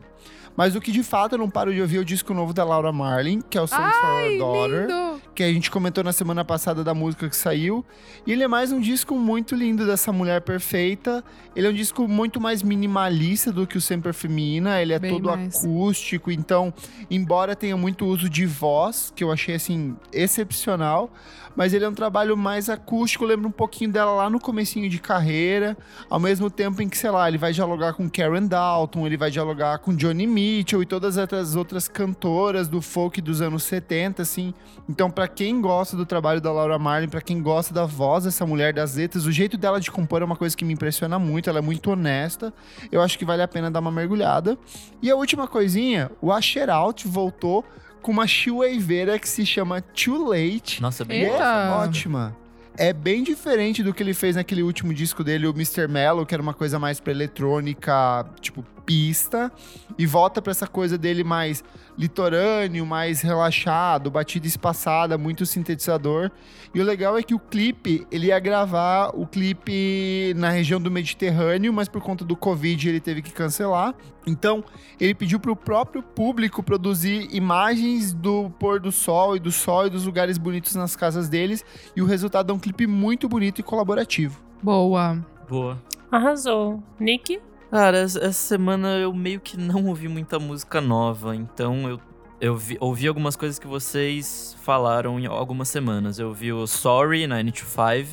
A: Mas o que de fato eu não paro de ouvir é o disco novo da Laura Marlin, que é o Songs for Our Daughter,
C: Lindo.
A: que a gente comentou na semana passada da música que saiu. E ele é mais um disco muito lindo dessa mulher perfeita. Ele é um disco muito mais minimalista do que o Sempre Feminina, ele é
C: Bem
A: todo
C: mais.
A: acústico, então, embora tenha muito uso de voz, que eu achei assim excepcional, mas ele é um trabalho mais acústico, lembra um pouquinho dela lá no comecinho de carreira, ao mesmo tempo em que, sei lá, ele vai dialogar com Karen Dalton, ele vai dialogar com Johnny Mitchell e todas as outras cantoras do folk dos anos 70, assim. Então, pra quem gosta do trabalho da Laura Marlin, pra quem gosta da voz dessa mulher, das letras, o jeito dela de compor é uma coisa que me impressiona muito, ela é muito honesta. Eu acho que vale a pena dar uma mergulhada. E a última coisinha, o Asher Out voltou com uma chiwaveira que se chama Too Late.
D: Nossa, bem
A: E é
C: Eita.
A: ótima. É bem diferente do que ele fez naquele último disco dele, o Mr. Mellow, que era uma coisa mais pra eletrônica, tipo pista, e volta pra essa coisa dele mais litorâneo, mais relaxado, batida espaçada, muito sintetizador. E o legal é que o clipe, ele ia gravar o clipe na região do Mediterrâneo, mas por conta do Covid ele teve que cancelar. Então, ele pediu pro próprio público produzir imagens do pôr do sol e do sol e dos lugares bonitos nas casas deles. E o resultado é um clipe muito bonito e colaborativo.
C: Boa.
D: boa.
B: Arrasou. Nick?
D: Cara, es- essa semana eu meio que não ouvi muita música nova, então eu, eu vi- ouvi algumas coisas que vocês falaram em algumas semanas. Eu vi o Sorry na N25,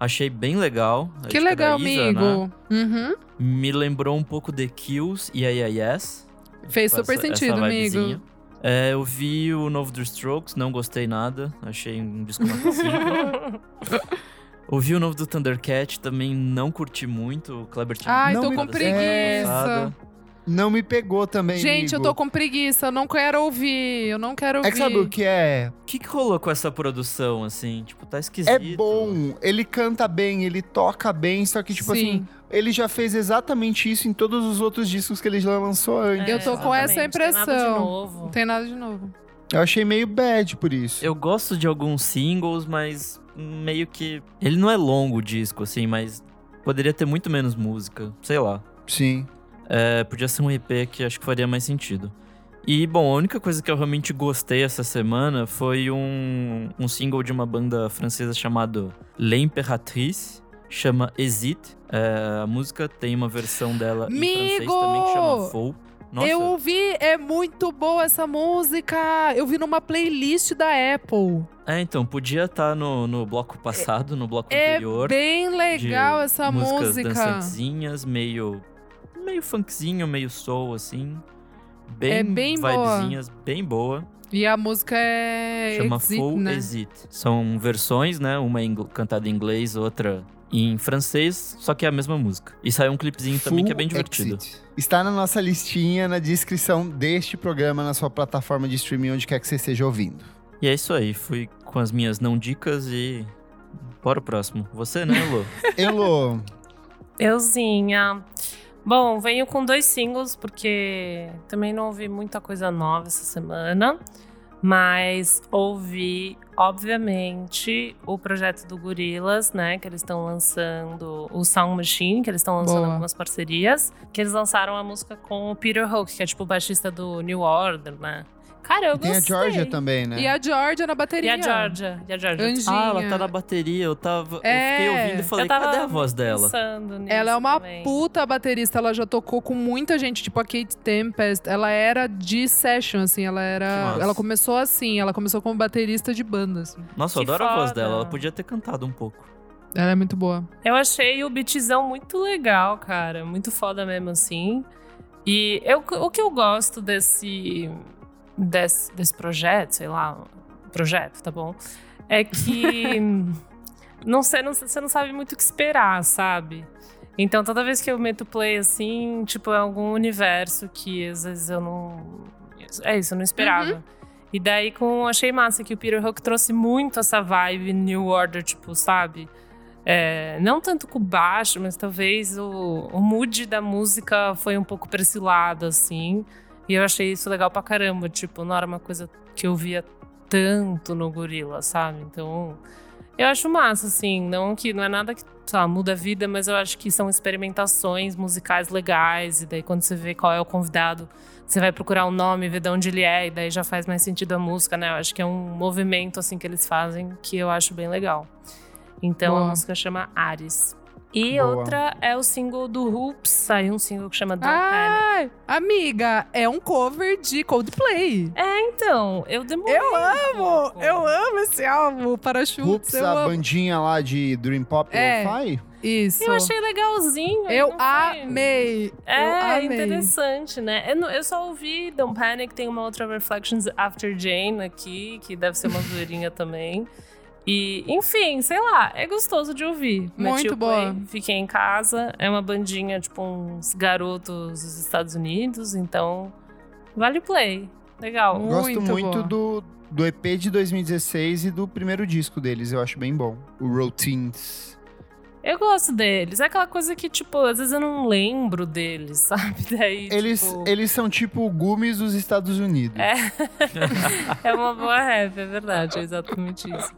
D: achei bem legal. a dica
C: Que
D: é da
C: legal,
D: Isa, né?
C: amigo. Uhum.
D: Me lembrou um pouco The Kills e yeah, yeah, Yes.
C: Fez
D: Tipo,
C: super
D: essa- essa
C: sentido,
D: vibezinha.
C: amigo.
D: É, eu vi o novo dos Strokes, não gostei nada, achei um disco uma cacete. Ouvi o novo do Thundercat, também não curti muito. O Kleber tinha
C: Ai,
A: tô
D: comentado
A: com
D: semana
A: preguiça.
D: passada.
A: Não me pegou também.
C: Gente, eu
A: amigo.
C: tô com preguiça. Eu não quero ouvir. Eu não quero ouvir.
A: É que sabe o que é?
D: O que, que rolou com essa produção, assim? Tipo, tá esquisito.
A: É bom, ele canta bem, ele toca bem, só que, tipo assim,
C: Sim.
A: ele já fez exatamente isso em todos os outros discos que ele já lançou antes.
C: Eu tô
B: É,
C: com essa
B: exatamente, não tem nada
C: impressão.
B: de novo.
C: Não tem nada de novo.
A: Eu achei meio bad por isso.
D: Eu gosto de alguns singles, mas meio que. Ele não é longo o disco, assim, mas poderia ter muito menos música. Sei lá.
A: Sim.
D: É, podia ser um EP que acho que faria mais sentido. E, bom, a única coisa que eu realmente gostei essa semana foi um, um single de uma banda francesa chamado L'Impératrice, chama Hésite. É, a música tem uma versão dela em francês
C: Migo!
D: também que chama Fou. Nossa,
C: Eu ouvi, é muito boa essa música. Eu vi numa playlist da Apple.
D: É, então, podia estar no, no bloco passado, no bloco anterior.
C: é bem legal
D: de
C: essa
D: músicas
C: música.
D: dançantezinhas, meio. meio funkzinho, meio soul, assim. Bem
C: É bem boa.
D: vibezinhas, bem boa.
C: E a música é.
D: Chama
C: Exit,
D: Full
C: né?
D: Exit. São versões, né? Uma em ingl- cantada em inglês, outra em francês, só que é a mesma música. E saiu um clipezinho também que é bem
A: Full
D: divertido.
A: Exit. Está na nossa listinha, na descrição deste programa, na sua plataforma de streaming, onde quer que você esteja ouvindo.
D: E é isso aí. Fui com as minhas não dicas e. Bora o próximo. Você, né, Lu?
A: Elo,
B: Euzinha. Bom, venho com dois singles, porque também não ouvi muita coisa nova essa semana. Mas ouvi, obviamente, o projeto do Gorilas, né? Que eles estão lançando, o Sound Machine, que eles estão lançando
C: Boa.
B: algumas parcerias. Que eles lançaram a música com o Peter Hook, que é tipo o baixista do New Order, né? Cara, eu
A: tem a
B: gostei.
A: Georgia também, né?
C: E a Georgia na
B: E
C: bateria.
B: a Georgia. E a Georgia.
C: Anjinha.
D: ah, ela tá na bateria. Eu tava.
C: É.
D: Eu fiquei ouvindo e falei,
B: Eu tava
D: cadê a voz dela?
B: pensando nisso
C: Ela é uma
B: também.
C: puta baterista, ela já tocou com muita gente, tipo a Kate Tempest. Ela era de session, assim, ela
D: Que
C: era.
D: massa.
C: Ela começou assim, ela começou como baterista de banda, assim.
D: Nossa, eu
B: Que
D: adoro a voz
B: foda.
D: dela. Ela podia ter cantado um pouco.
C: Ela é muito boa.
B: Eu achei o beatzão muito legal, cara. Muito foda mesmo, assim. E eu, o que eu gosto desse, desse, desse projeto, sei lá, projeto, tá bom? É que não sei, não, você não sabe muito o que esperar, sabe? Então, toda vez que eu meto play, assim, tipo, é algum universo que às vezes eu não... É isso, eu não esperava. E daí, com, achei massa que o Peter Hook trouxe muito essa vibe New Order, tipo, sabe? É, não tanto com baixo, mas talvez o, o mood da música foi um pouco pra esse lado, assim. E eu achei isso legal pra caramba. Tipo, não era uma coisa que eu via tanto no Gorila, sabe? Então, Eu acho massa, assim. Não que não é nada que sei lá, muda a vida, mas eu acho que são experimentações musicais legais. E daí, quando você vê qual é o convidado, você vai procurar o nome, ver de onde ele é, e daí já faz mais sentido a música, né? Eu acho que é um movimento assim que eles fazem que eu acho bem legal. Então
C: Boa.
B: a música chama Ares. E
A: Boa.
B: outra é o single do Hoops, saiu um single que chama Don't Panic.
C: Ai, amiga, é um cover de Coldplay.
B: É, então, eu demorei.
C: Eu
B: um
C: amo,
B: pouco.
C: eu amo esse álbum, Parachutes,
A: Hoops,
C: eu
A: a
C: amo.
A: bandinha lá de Dream Pop
C: É.
A: Lo-Fi?
C: Isso.
B: Eu achei legalzinho.
C: Eu
B: não foi-
C: amei. eu
B: É,
C: amei.
B: interessante, né? Eu, não- eu só ouvi Don't Panic, tem uma outra Reflections After Jane aqui, que deve ser uma zoeirinha também. E, enfim, sei lá, é gostoso de ouvir. Meti
C: Muito
B: o play,
C: boa.
B: Fiquei em casa, é uma bandinha, tipo, uns garotos dos Estados Unidos, então vale o play. Legal.
C: Muito
A: Gosto
C: boa.
A: muito do, do EP de 2016 e do primeiro disco deles, eu acho bem bom. O Routines.
B: Eu gosto deles. É aquela coisa que, tipo, às vezes eu não lembro deles, sabe? Daí,
A: Eles,
B: tipo,
A: eles são tipo o Gumes dos Estados Unidos.
B: É. É uma boa rap, é verdade, é exatamente isso.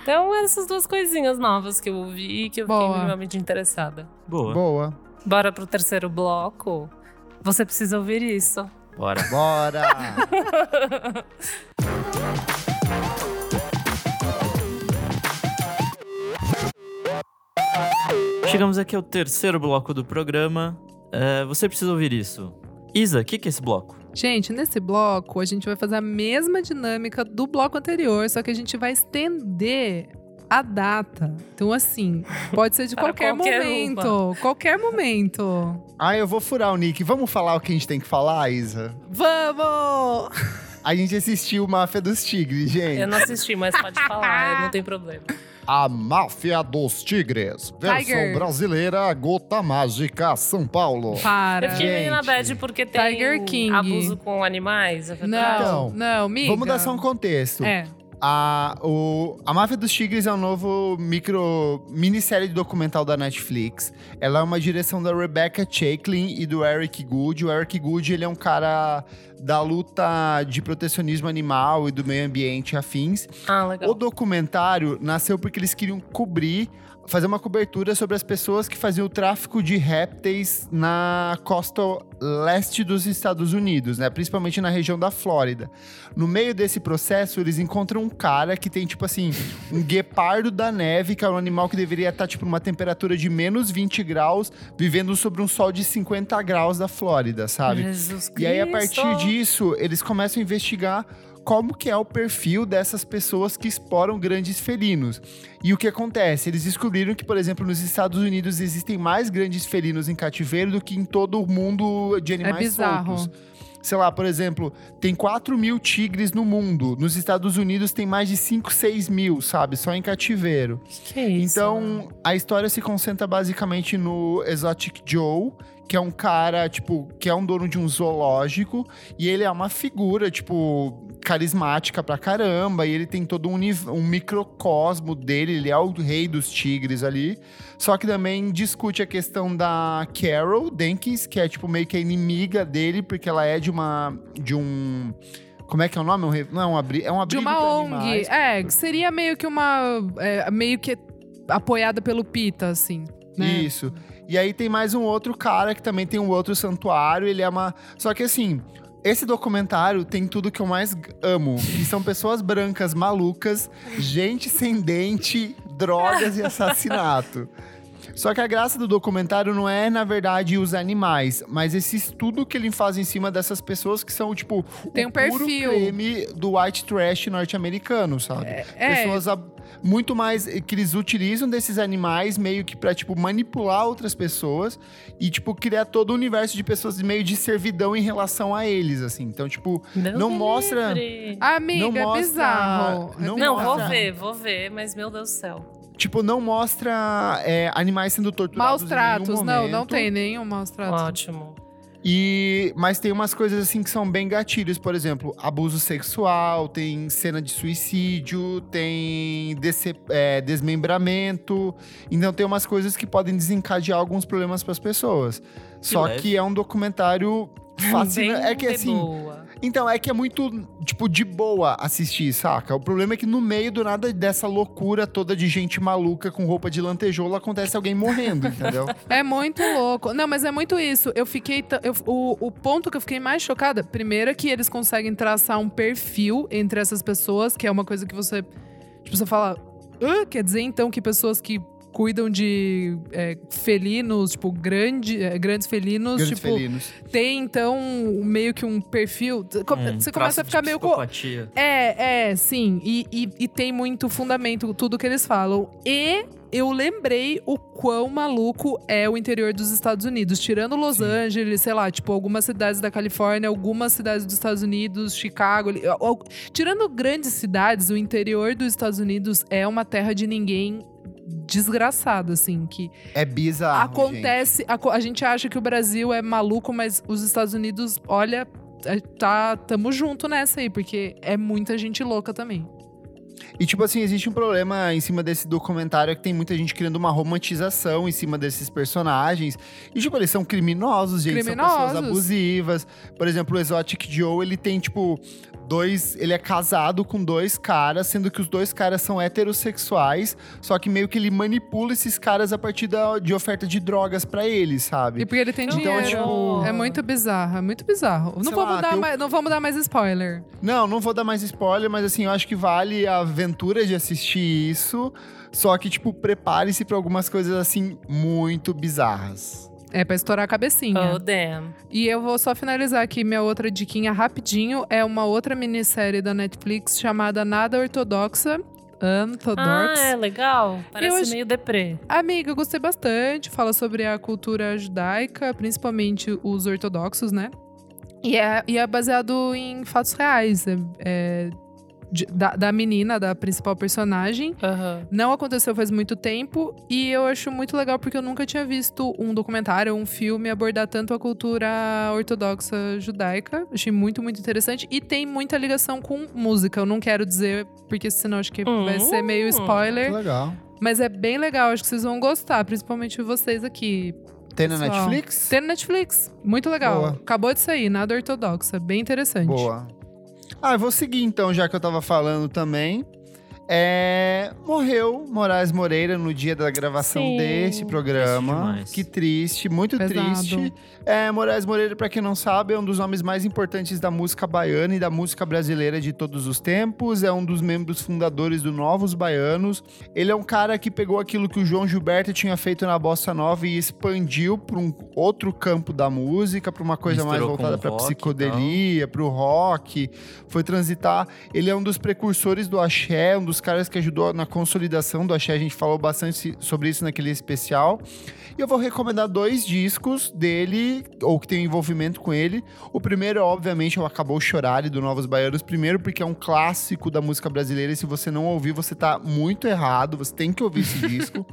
B: Então, essas duas coisinhas novas que eu ouvi e que eu fiquei
C: Boa.
B: minimamente interessada.
D: Boa.
A: Boa.
B: Bora pro terceiro bloco. Você precisa ouvir isso.
D: Bora.
A: Bora!
D: Chegamos aqui ao terceiro bloco do programa. É, você precisa ouvir isso. Isa, o que, que é esse bloco?
C: Gente, nesse bloco a gente vai fazer a mesma dinâmica do bloco anterior, só que a gente vai estender a data. Então, assim, pode ser de
B: Para
C: qualquer,
B: qualquer
C: momento. Qualquer momento.
A: ah, eu vou furar o Nick. Vamos falar o que a gente tem que falar, Isa?
C: Vamos!
A: A gente assistiu Máfia dos Tigres, gente.
B: Eu não assisti, mas pode falar, não tem problema.
A: A Máfia dos Tigres. Versão
C: Tiger.
A: brasileira, Gota Mágica, São Paulo.
C: Para.
B: Eu fiquei meio na
A: Gente.
B: bad porque tem
C: Tiger King.
B: abuso com animais, é verdade?
C: Não,
A: Então,
C: não, miga.
A: Vamos dar só um contexto.
C: É.
A: A, o, a Máfia dos Tigres é um novo micro minissérie de documental da Netflix. Ela é uma direção da Rebecca Chaklin e do Eric Good. O Eric Good ele é um cara da luta de protecionismo animal e do meio ambiente e afins.
B: Ah,
A: O
B: legal.
A: documentário nasceu porque eles queriam cobrir, fazer uma cobertura sobre as pessoas que faziam o tráfico de répteis na costa leste dos Estados Unidos, né? Principalmente na região da Flórida. No meio desse processo, eles encontram um cara que tem, tipo assim, um guepardo da neve, que é um animal que deveria estar, tipo, numa temperatura de menos 20 graus, vivendo sobre um sol de 50 graus da Flórida, sabe?
B: Jesus Cristo.
A: E aí, a partir disso, eles começam a investigar como que é o perfil dessas pessoas que exploram grandes felinos. E o que acontece? Eles descobriram que, por exemplo, nos Estados Unidos existem mais grandes felinos em cativeiro do que em todo o mundo
B: É
A: de animais
C: bizarro.
A: soltos. Sei lá, por exemplo, tem 4 mil tigres no mundo. Nos Estados Unidos tem mais de 5, 6 mil, sabe? Só em cativeiro.
B: Que que é isso?
A: Então, a história se concentra basicamente no Exotic Joe, que é um cara, tipo, que é um dono de um zoológico, e ele é uma figura, tipo, carismática pra caramba, e ele tem todo um, uni- um microcosmo dele, ele é o rei dos tigres ali. Só que também discute a questão da Carol Denkins, que é, tipo, meio que a inimiga dele, porque ela é de uma. de um. Como é que é o nome? É um re- Não, é um abrigo. É um
C: De
A: abrigo
C: uma
A: pra
C: ONG.
A: animais.
C: É, seria meio que uma. é, meio que apoiada pelo Pita, assim. Né?
A: Isso. E aí tem mais um outro cara que também tem um outro santuário, ele é uma. Só que assim, esse documentário tem tudo que eu mais g- amo. Que são pessoas brancas malucas, gente sem dente, drogas e assassinato. Só que a graça do documentário não é, na verdade, os animais, mas esse estudo que ele faz em cima dessas pessoas que são, tipo,
C: Tem um
A: o puro
C: perfil.
A: creme do white trash norte-americano, sabe?
C: É,
A: pessoas ab- muito mais eh, que eles utilizam desses animais meio que pra, tipo manipular outras pessoas e tipo criar todo o universo de pessoas meio de servidão em relação a eles assim. Então, tipo,
B: Deus
A: não
B: me
A: mostra-
B: livre.
C: Amiga,
A: Não mostra-
C: é bizarro.
A: não
C: é
B: Não,
C: bizarro.
B: vou
A: mostra.
B: ver, vou ver, mas meu Deus do céu.
A: tipo não mostra é, animais sendo torturados
C: Maus
A: em
C: tratos,
A: nenhum
C: não,
A: momento.
C: não tem nenhum maus tratos.
B: Ótimo.
A: E mas tem umas coisas assim que são bem gatilhos, por exemplo, abuso sexual, tem cena de suicídio, tem dece- é, desmembramento. Então tem umas coisas que podem desencadear alguns problemas para as pessoas. Só
D: leve.
A: que é um documentário fascinante.
B: Bem
A: É que
B: de
A: assim,
B: boa.
A: Então, é que é muito, tipo, de boa assistir, saca? O problema é que no meio do nada dessa loucura toda de gente maluca com roupa de lantejoula acontece alguém morrendo, entendeu?
C: É muito louco. Não, mas é muito isso. Eu fiquei. ta- eu- o, o ponto que eu fiquei mais chocada, primeiro, é que eles conseguem traçar um perfil entre essas pessoas, que é uma coisa que você. Tipo, você fala. "Hã? quer dizer então que pessoas que cuidam de é, felinos, tipo, grande, é, grandes felinos,
A: Grandes
C: tipo,
A: felinos.
C: tem então meio que um perfil. Co-
D: Um
C: você
D: traço
C: começa a
D: de
C: ficar meio. co-
D: psicopatia.
C: é, é, sim. E, e- e tem muito fundamento tudo que eles falam. E eu lembrei o quão maluco é o interior dos Estados Unidos. Tirando Los Angeles, sei lá, tipo, algumas cidades da Califórnia, algumas cidades dos Estados Unidos, Chicago. ali, al- al- Tirando grandes cidades, o interior dos Estados Unidos é uma terra de ninguém desgraçado, assim, que
A: É bizarro.
C: acontece. aco- A, gente acha que o Brasil é maluco, mas os Estados Unidos, olha, é, tá, tamo junto nessa aí, porque é muita gente louca também.
A: gente. E, tipo assim, existe um problema em cima desse documentário é que tem muita gente criando uma romantização em cima desses personagens. E, tipo, eles são criminosos, gente. São pessoas
C: Criminosos.
A: abusivas. Por exemplo, o Exotic Joe, ele tem, tipo, dois. Ele é casado com dois caras, sendo que os dois caras são heterossexuais. Só que meio que ele manipula esses caras a partir da- de oferta de drogas pra eles, sabe?
C: E porque ele tem
B: Então,
C: dinheiro.
B: tipo-
C: É muito bizarro, é muito bizarro. Não
A: Sei
C: vamos,
A: lá,
C: dar
A: tem o-
C: mais, não vamos dar mais spoiler.
A: Não, não vou dar mais spoiler, mas assim, eu acho que vale a aventura de assistir isso. Só que, tipo, prepare-se pra algumas coisas, assim, muito bizarras.
C: É pra estourar a cabecinha.
B: Oh,
A: Ah.
B: damn.
C: E eu vou só finalizar aqui minha outra diquinha rapidinho. É uma outra minissérie da Netflix chamada Nada Ortodoxa.
B: Ah,
C: Unorthodox.
A: Ah,
B: é legal. Parece
C: Eu ach-
B: meio deprê.
C: Amiga, eu gostei bastante. Fala sobre a cultura judaica, principalmente os ortodoxos, né? E é, e é baseado em fatos reais. é- é de- da, da menina, da principal personagem.
B: Aham.
C: Não aconteceu faz muito tempo. E eu acho muito legal porque eu nunca tinha visto um documentário, um filme abordar tanto a cultura ortodoxa judaica. Achei muito, muito interessante. E tem muita ligação com música. Eu não quero dizer, porque senão acho que vai ser meio
B: Hum.
C: spoiler.
A: Muito legal.
C: Mas é bem legal, acho que vocês vão gostar, principalmente vocês aqui.
A: Tem na
C: Pessoal,
A: Netflix?
C: Tem no Netflix, muito legal.
A: Boa.
C: Acabou de sair, nada ortodoxa, bem interessante.
A: Boa. Ah, eu vou seguir então, já que eu tava falando também. É... Morreu Moraes Moreira no dia da gravação
B: Sim.
A: deste
D: Triste
A: programa.
D: demais.
A: que triste, muito
C: Pesado.
A: triste. É, Moraes Moreira, pra quem não sabe, é um dos nomes mais importantes da música baiana e da música brasileira de todos os tempos. É um dos membros fundadores do Novos Baianos. Ele é um cara que pegou aquilo que o João Gilberto tinha feito na bossa nova e expandiu para um outro campo da música, para uma coisa mais
D: Misturou com
A: voltada
D: o
A: para
D: rock e
A: psicodelia, para o rock. Foi transitar. Ele é um dos precursores do axé, um dos caras que ajudou na consolidação do axé. A gente falou bastante se- sobre isso naquele especial. E eu vou recomendar dois discos dele, ou que tem envolvimento com ele. O primeiro, obviamente, é o Acabou Chorar, do Novos Baianos. Primeiro, porque é um clássico da música brasileira. E se você não ouvir, você tá muito errado. Você tem que ouvir esse disco.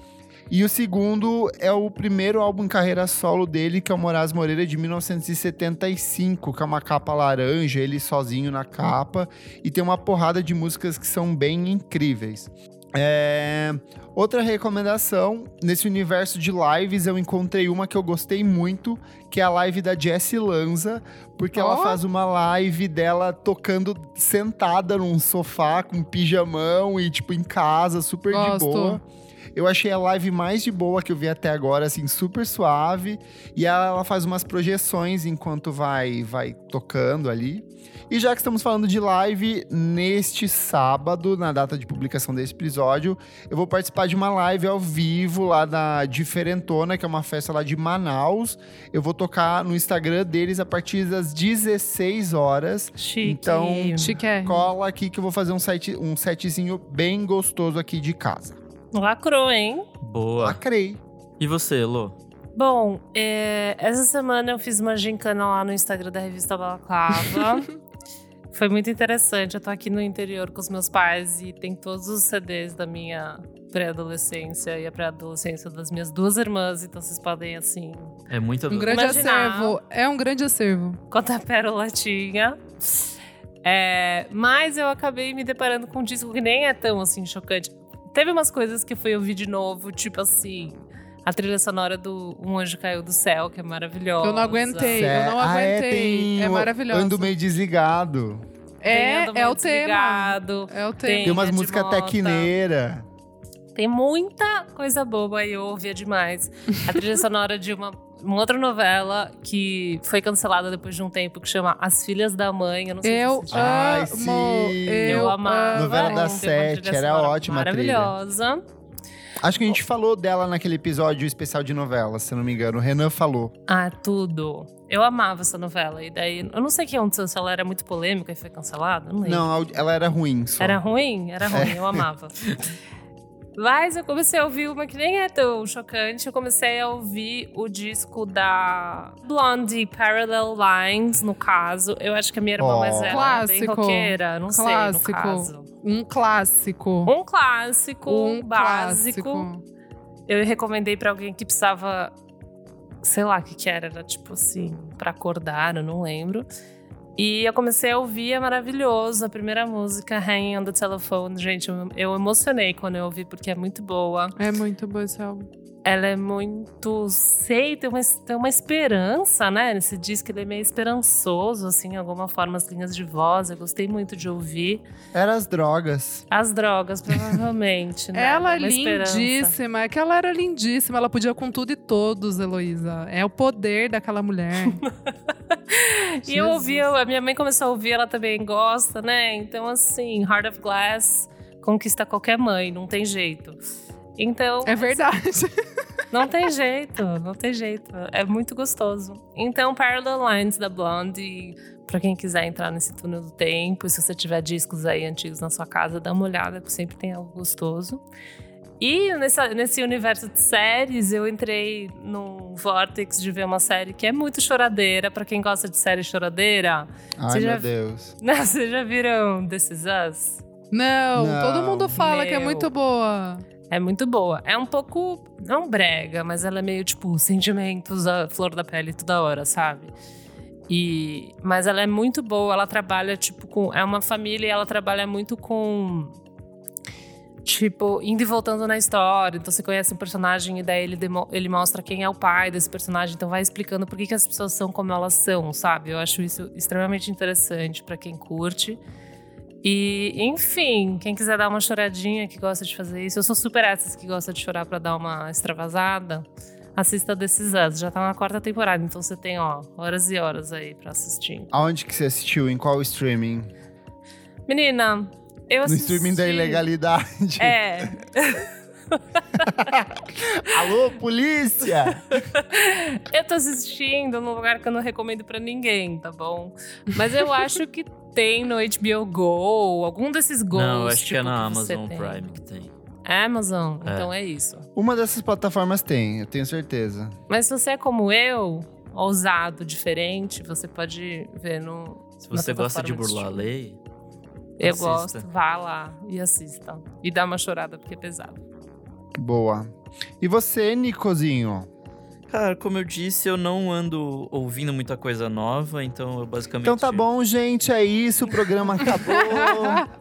A: E o segundo é o primeiro álbum em carreira solo dele, que é o Moraes Moreira, de 1975, que é uma capa laranja, ele sozinho na capa. E tem uma porrada de músicas que são bem incríveis. É, Outra recomendação, nesse universo de lives, eu encontrei uma que eu gostei muito, que é a live da Jessie Lanza, porque ela
C: Ó.
A: faz uma live dela tocando sentada num sofá com pijamão e, tipo, em casa, super de
C: Gosto.
A: boa. Eu achei a live mais de boa que eu vi até agora, assim, super suave. E ela faz umas projeções enquanto vai, vai tocando ali. E já que estamos falando de live, neste sábado, na data de publicação desse episódio, eu vou participar de uma live ao vivo lá da Diferentona, que é uma festa lá de Manaus. Eu vou tocar no Instagram deles a partir das 16 horas.
B: Chique.
A: Então,
C: Chique é.
A: Cola aqui que eu vou fazer um, site, um setzinho bem gostoso aqui de casa.
B: Lacrou, hein?
D: Boa.
A: Lacrei.
D: E você, Lô?
B: Bom, é, essa semana eu fiz uma gincana lá no Instagram da revista Balaclava. Foi muito interessante. Eu tô aqui no interior com os meus pais e tem todos os CDs da minha pré-adolescência e a pré-adolescência das minhas duas irmãs. Então vocês podem, assim,
D: É muita
C: Um
D: dor.
C: grande
B: Imaginar.
C: acervo, é um grande acervo.
B: contar a pérola tinha. É, mas eu acabei me deparando com um disco que nem é tão, assim, chocante. Teve umas coisas que fui ouvir de novo, tipo assim... A trilha sonora do Um Anjo Caiu do Céu, que é maravilhosa.
C: Eu não aguentei, eu
A: Sé-
C: não
A: Ah, é,
C: aguentei.
A: tem
C: É,
A: o-
C: maravilhoso.
A: Ando meio desligado.
B: Tem
C: É,
B: Ando
C: é
B: Meio
C: o tema.
B: Desligado,
C: É o
B: Tem.
C: tema.
A: Tem umas
B: Ed
A: músicas
B: Mota.
A: tecneira.
B: Tem muita coisa boba e eu ouvia demais. A trilha sonora de uma, uma outra novela que foi cancelada depois de um tempo, que chama As Filhas da Mãe. Eu não sei
C: Eu
B: se você já-
A: Ai,
C: amo.
A: sim.
C: Eu,
B: eu amava.
A: Novela
C: amo.
A: das
B: Tem uma
A: Sete,
B: trilha
A: era
B: sonora
A: ótima a trilha.
B: Maravilhosa.
A: Acho que a gente falou dela naquele episódio especial de novela, se eu não me engano. O Renan falou.
B: Ah, tudo. Eu amava essa novela. E daí, eu não sei o que aconteceu, se ela era muito polêmica e foi cancelada, não lembro.
A: Não, a- ela era ruim só.
B: Era ruim? Era ruim, eu amava. Mas eu comecei a ouvir uma que nem é tão chocante. Eu comecei a ouvir o disco da Blondie, Parallel Lines, no caso. Eu acho que a minha irmã
A: Oh.
B: mais velha era bem
C: Clássico.
B: roqueira, não
C: Clássico.
B: sei, no caso.
C: Um clássico.
B: Um clássico,
C: Um
B: básico.
C: clássico.
B: Eu recomendei pra alguém que precisava, sei lá o que que era, era tipo assim, pra acordar, eu não lembro. E eu comecei a ouvir, é maravilhoso. A primeira música, Hanging on the Telephone. Gente, eu, eu emocionei quando eu ouvi, porque é muito boa.
C: É muito bom esse álbum.
B: Ela é muito. Sei, tem uma, tem uma esperança, né? Nesse disco, ele é meio esperançoso, assim, de alguma forma, as linhas de voz. Eu gostei muito de ouvir.
A: Era as drogas.
B: As drogas, provavelmente, né?
C: Ela é
B: Uma esperança.
C: lindíssima. É que ela era lindíssima. Ela podia com tudo e todos, Heloísa. É o poder daquela mulher.
B: E eu
C: Jesus.
B: ouvi, a minha mãe começou a ouvir, ela também gosta, né? Então, assim, Heart of Glass conquista qualquer mãe, não tem jeito. Então,
C: É verdade.
B: não tem jeito, não tem jeito. É muito gostoso. Então, Parallel Lines da Blondie, pra quem quiser entrar nesse túnel do tempo, se você tiver discos aí antigos na sua casa, dá uma olhada, que sempre tem algo gostoso. E nessa, nesse universo de séries, eu entrei num vortex de ver uma série que é muito choradeira. Pra quem gosta de série choradeira,
A: Ai,
B: Você
A: meu
B: já-
A: Deus.
B: não, vocês já viram This Is Us?
C: Não,
A: Não.
C: todo mundo fala que é
B: Meu.
C: muito boa.
B: É muito boa. É um pouco, não brega, mas ela é meio tipo sentimentos, a flor da pele toda hora, sabe? E, mas ela é muito boa, ela trabalha tipo com, é uma família e ela trabalha muito com tipo indo e voltando na história. Então você conhece um personagem e daí ele demo- ele mostra quem é o pai desse personagem, então vai explicando por que, que as pessoas são como elas são, sabe? Eu acho isso extremamente interessante pra quem curte. E, enfim, quem quiser dar uma choradinha que gosta de fazer isso, eu sou super essas que gosta de chorar pra dar uma extravasada. Assista desses anos, já tá na quarta temporada, então você tem, ó, horas e horas aí pra assistir.
A: Aonde que você assistiu? Em qual streaming?
B: Menina, eu
A: No
B: assisti.
A: streaming da ilegalidade.
B: É,
A: Alô, polícia!
B: eu tô assistindo num lugar que eu não recomendo pra ninguém, tá bom? Mas eu acho que tem no HBO Go, algum desses gols.
D: Não, eu acho que é
C: tipo,
D: na
B: você
D: Amazon
B: tem.
D: Prime que tem.
B: É, Amazon,
D: É.
B: então é isso.
A: Uma dessas plataformas tem, eu tenho certeza.
B: Mas se você é como eu, ousado, diferente, você pode ver no.
D: Se você gosta de burlar a
B: lei,
D: lei,
B: eu
D: assista.
B: gosto, vá lá e assista. E dá uma chorada, porque é pesado.
A: Boa. E você, Nicozinho?
D: Cara, como eu disse, eu não ando ouvindo muita coisa nova, então eu basicamente.
A: Então tá bom, gente, é isso, o programa acabou.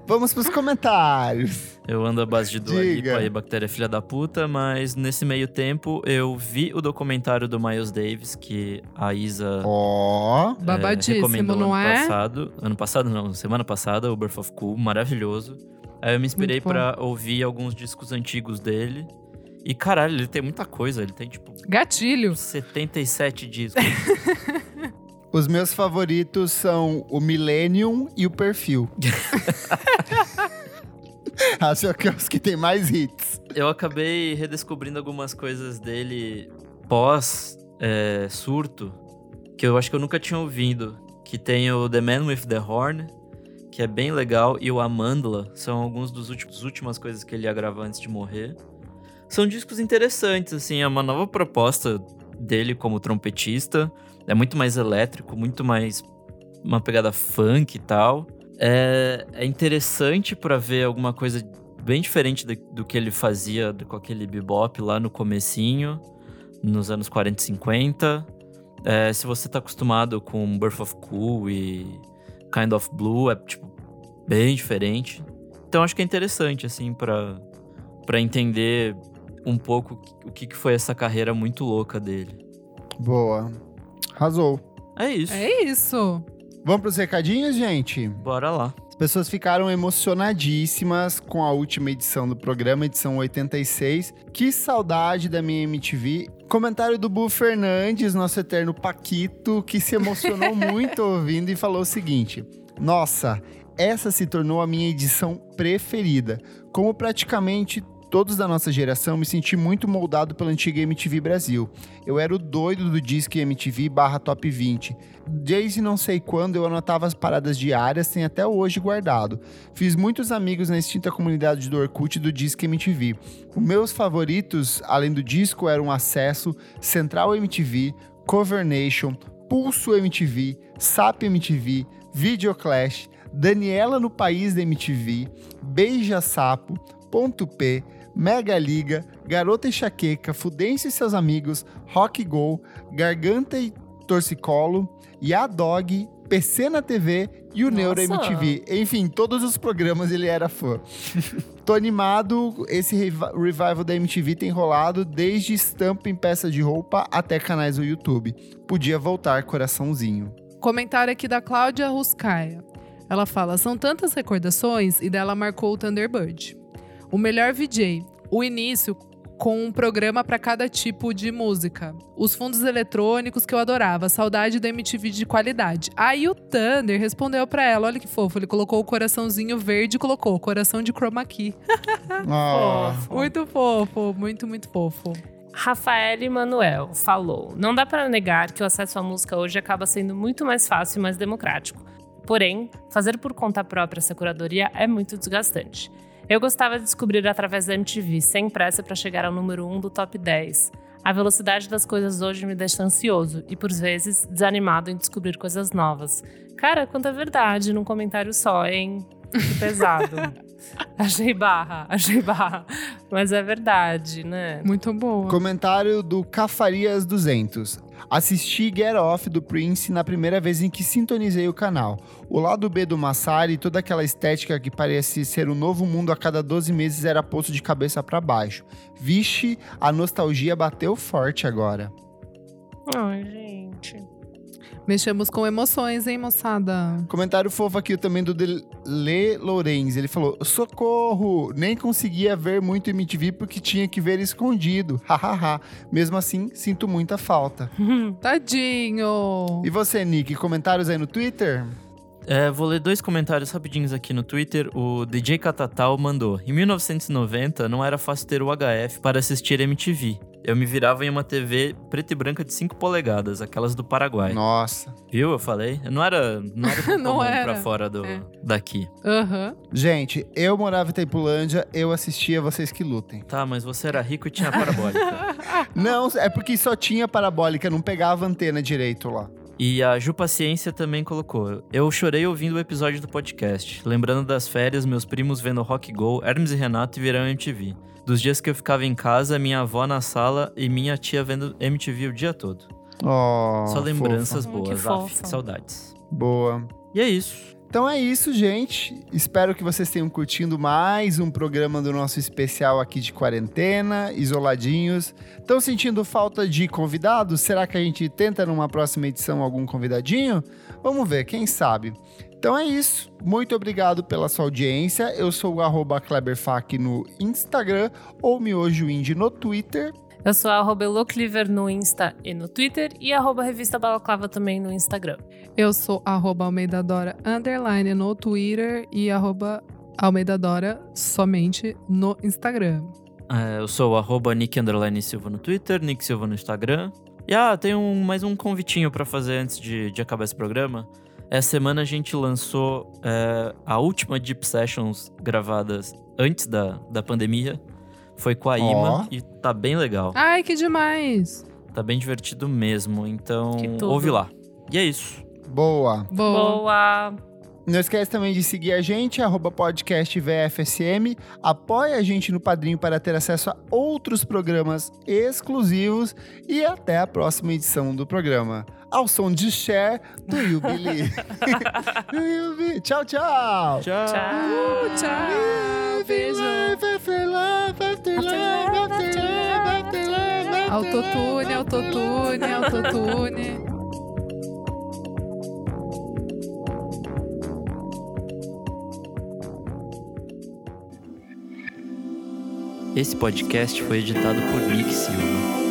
A: Vamos pros comentários.
D: Eu ando à base de Dua
A: Diga.
D: Lipa e Bactéria é Filha da Puta, mas nesse meio tempo eu vi o documentário do Miles Davis que a Isa
A: Ó,
D: é,
C: Babadíssimo,
D: recomendou
C: Tá não
D: ano
C: é?
D: passado. Ano passado não, semana passada, o Birth of Cool, maravilhoso. Aí eu me inspirei
C: Muito bom.
D: pra ouvir alguns discos antigos dele. E caralho, ele tem muita coisa, ele tem tipo
C: Gatilho.
D: 77 discos.
A: os meus favoritos são o Millennium e o Perfil. Acho que é os que tem mais hits.
D: eu acabei redescobrindo algumas coisas dele pós é, surto que eu acho que eu nunca tinha ouvido. Que tem o The Man with the Horn, que é bem legal, e o Amandla são alguns dos últimos últimas coisas que ele ia gravar antes de morrer. São discos interessantes, assim, é uma nova proposta dele como trompetista. É muito mais elétrico, muito mais uma pegada funk e tal. É, é interessante pra ver alguma coisa bem diferente do, do que ele fazia do- com aquele bebop lá no comecinho, nos anos 40 e 50. É, se você tá acostumado com Birth of Cool e Kind of Blue, é tipo bem diferente. Então acho que é interessante assim para para entender um pouco o que, que foi essa carreira muito louca dele.
A: Boa. Arrasou.
D: É isso.
C: É isso.
A: Vamos pros recadinhos, gente?
D: Bora lá.
A: As pessoas ficaram emocionadíssimas com a última edição do programa, edição 86. Que saudade da minha MTV. Comentário do Bu Fernandes, nosso eterno Paquito, que se emocionou muito ouvindo e falou o seguinte: Nossa, essa se tornou a minha edição preferida. Como praticamente todos da nossa geração, me senti muito moldado pela antiga MTV Brasil. Eu era o doido do disque MTV barra Top 20. Desde não sei quando eu anotava as paradas diárias, tem até hoje guardado. Fiz muitos amigos na extinta comunidade do Orkut e do Disque MTV. Os meus favoritos, além do disco, eram Acesso, Central MTV, Cover Nation, Pulso MTV, SAP MTV, Videoclash, Daniela no País da MTV, Beija Sapo, Ponto P, Mega Liga, Garota Enxaqueca, Fudense e seus amigos, Rock Go, Garganta e Torcicolo, Yadog, PC na TV e o Neuro
B: Nossa.
A: MTV. Enfim, todos os programas ele era fã. Tô animado, esse revi- revival da MTV tem rolado desde estampa em peça de roupa até canais do YouTube. Podia voltar, coraçãozinho.
C: Comentário aqui da Cláudia Ruscaia. Ela fala: são tantas recordações e dela marcou o Thunderbird. O melhor VJ, o início com um programa para cada tipo de música. Os fundos eletrônicos que eu adorava, saudade da MTV de qualidade. Aí o Thunder respondeu para ela, olha que fofo, ele colocou o coraçãozinho verde e colocou o coração de chroma key.
A: Ah.
B: Fofo.
C: Muito fofo, muito muito fofo.
B: Rafael Emanuel falou: Não dá para negar que o acesso à música hoje acaba sendo muito mais fácil e mais democrático. Porém, fazer por conta própria essa curadoria é muito desgastante. Eu gostava de descobrir através da MTV, sem pressa para chegar ao número 1 do top 10. A velocidade das coisas hoje me deixa ansioso e, por vezes, desanimado em descobrir coisas novas. Cara, quanta verdade num comentário só, hein? Que pesado. achei barra, achei barra. Mas é verdade, né?
C: Muito boa.
A: Comentário do Cafarias 200. Assisti Get Off do Prince na primeira vez em que sintonizei o canal. O lado B do Massari e toda aquela estética que parecia ser um novo mundo a cada 12 meses era posto de cabeça pra baixo. Vixe, a nostalgia bateu forte agora.
B: Ai, gente.
C: Mexemos com emoções, hein, moçada?
A: Comentário fofo aqui também do Del- Le Lorenz. Ele falou: Socorro! Nem conseguia ver muito MTV porque tinha que ver escondido. Hahaha. Mesmo assim, sinto muita falta.
C: Tadinho.
A: E você, Nick, comentários aí no Twitter?
D: É, vou ler dois comentários rapidinhos aqui no Twitter. O DJ Catatal mandou: Em 1990 não era fácil ter o HF para assistir MTV. Eu me virava em uma TV preta e branca de 5 polegadas, aquelas do Paraguai.
A: Nossa.
D: Viu? Eu falei. Não era, não era tão
C: Não
D: comum
C: era.
D: pra fora do,
C: É.
D: daqui.
C: Aham.
A: Gente, eu morava em Taipulândia, eu assistia Vocês Que Lutem.
D: Tá, mas você era rico e tinha parabólica.
A: Não, é porque só tinha parabólica, não pegava antena direito lá.
D: e a Ju Paciência também colocou: Eu chorei ouvindo o episódio do podcast, lembrando das férias, meus primos vendo Rock Go, Hermes e Renato e Verão MTV. Dos dias que eu ficava em casa, minha avó na sala e minha tia vendo MTV o dia todo.
A: Oh,
D: Só lembranças
B: fofa.
D: boas,
B: Hum, que
D: af,
B: fofa.
D: saudades.
A: Boa.
D: E é isso.
A: Então é isso, gente. Espero que vocês tenham curtindo mais um programa do nosso especial aqui de quarentena, isoladinhos. Estão sentindo falta de convidados? Será que a gente tenta numa próxima edição algum convidadinho? Vamos ver, quem sabe. Então é isso. Muito obrigado pela sua audiência. Eu sou o arroba KleberFac no Instagram ou Miojo Indie no Twitter.
B: Eu sou a arroba Elocliver no Insta e no Twitter e arroba Revista Balaclava também no Instagram.
C: Eu sou arroba Almeida Dora underline no Twitter e arroba Almeida Dora somente no Instagram.
D: É, eu sou o arroba Nick Underline Silva no Twitter, Nick Silva no Instagram. E ah, tem um- mais um convitinho pra fazer antes de, de acabar esse programa. Essa semana a gente lançou é, a última Deep Sessions gravadas antes da, da pandemia. Foi com a Ima e tá bem legal.
B: Ah.
C: Ai, que demais!
D: Tá bem divertido mesmo. Então,
B: Que tudo.
D: ouve lá. E é isso.
A: Boa.
C: Boa!
B: Boa!
A: Não esquece também de seguir a gente, arroba podcast VFSM. Apoie a gente no Padrinho para ter acesso a outros programas exclusivos. E até a próxima edição do programa. Ao som de Cher, do You Believe. Do you be- Tchau, tchau!
B: Uh, Tchau!
C: Uh, Tchau! Beijo!
A: Live after love, after love, after love.
C: Autotune, autotune, autotune.
D: Esse podcast foi editado por Nick Silva.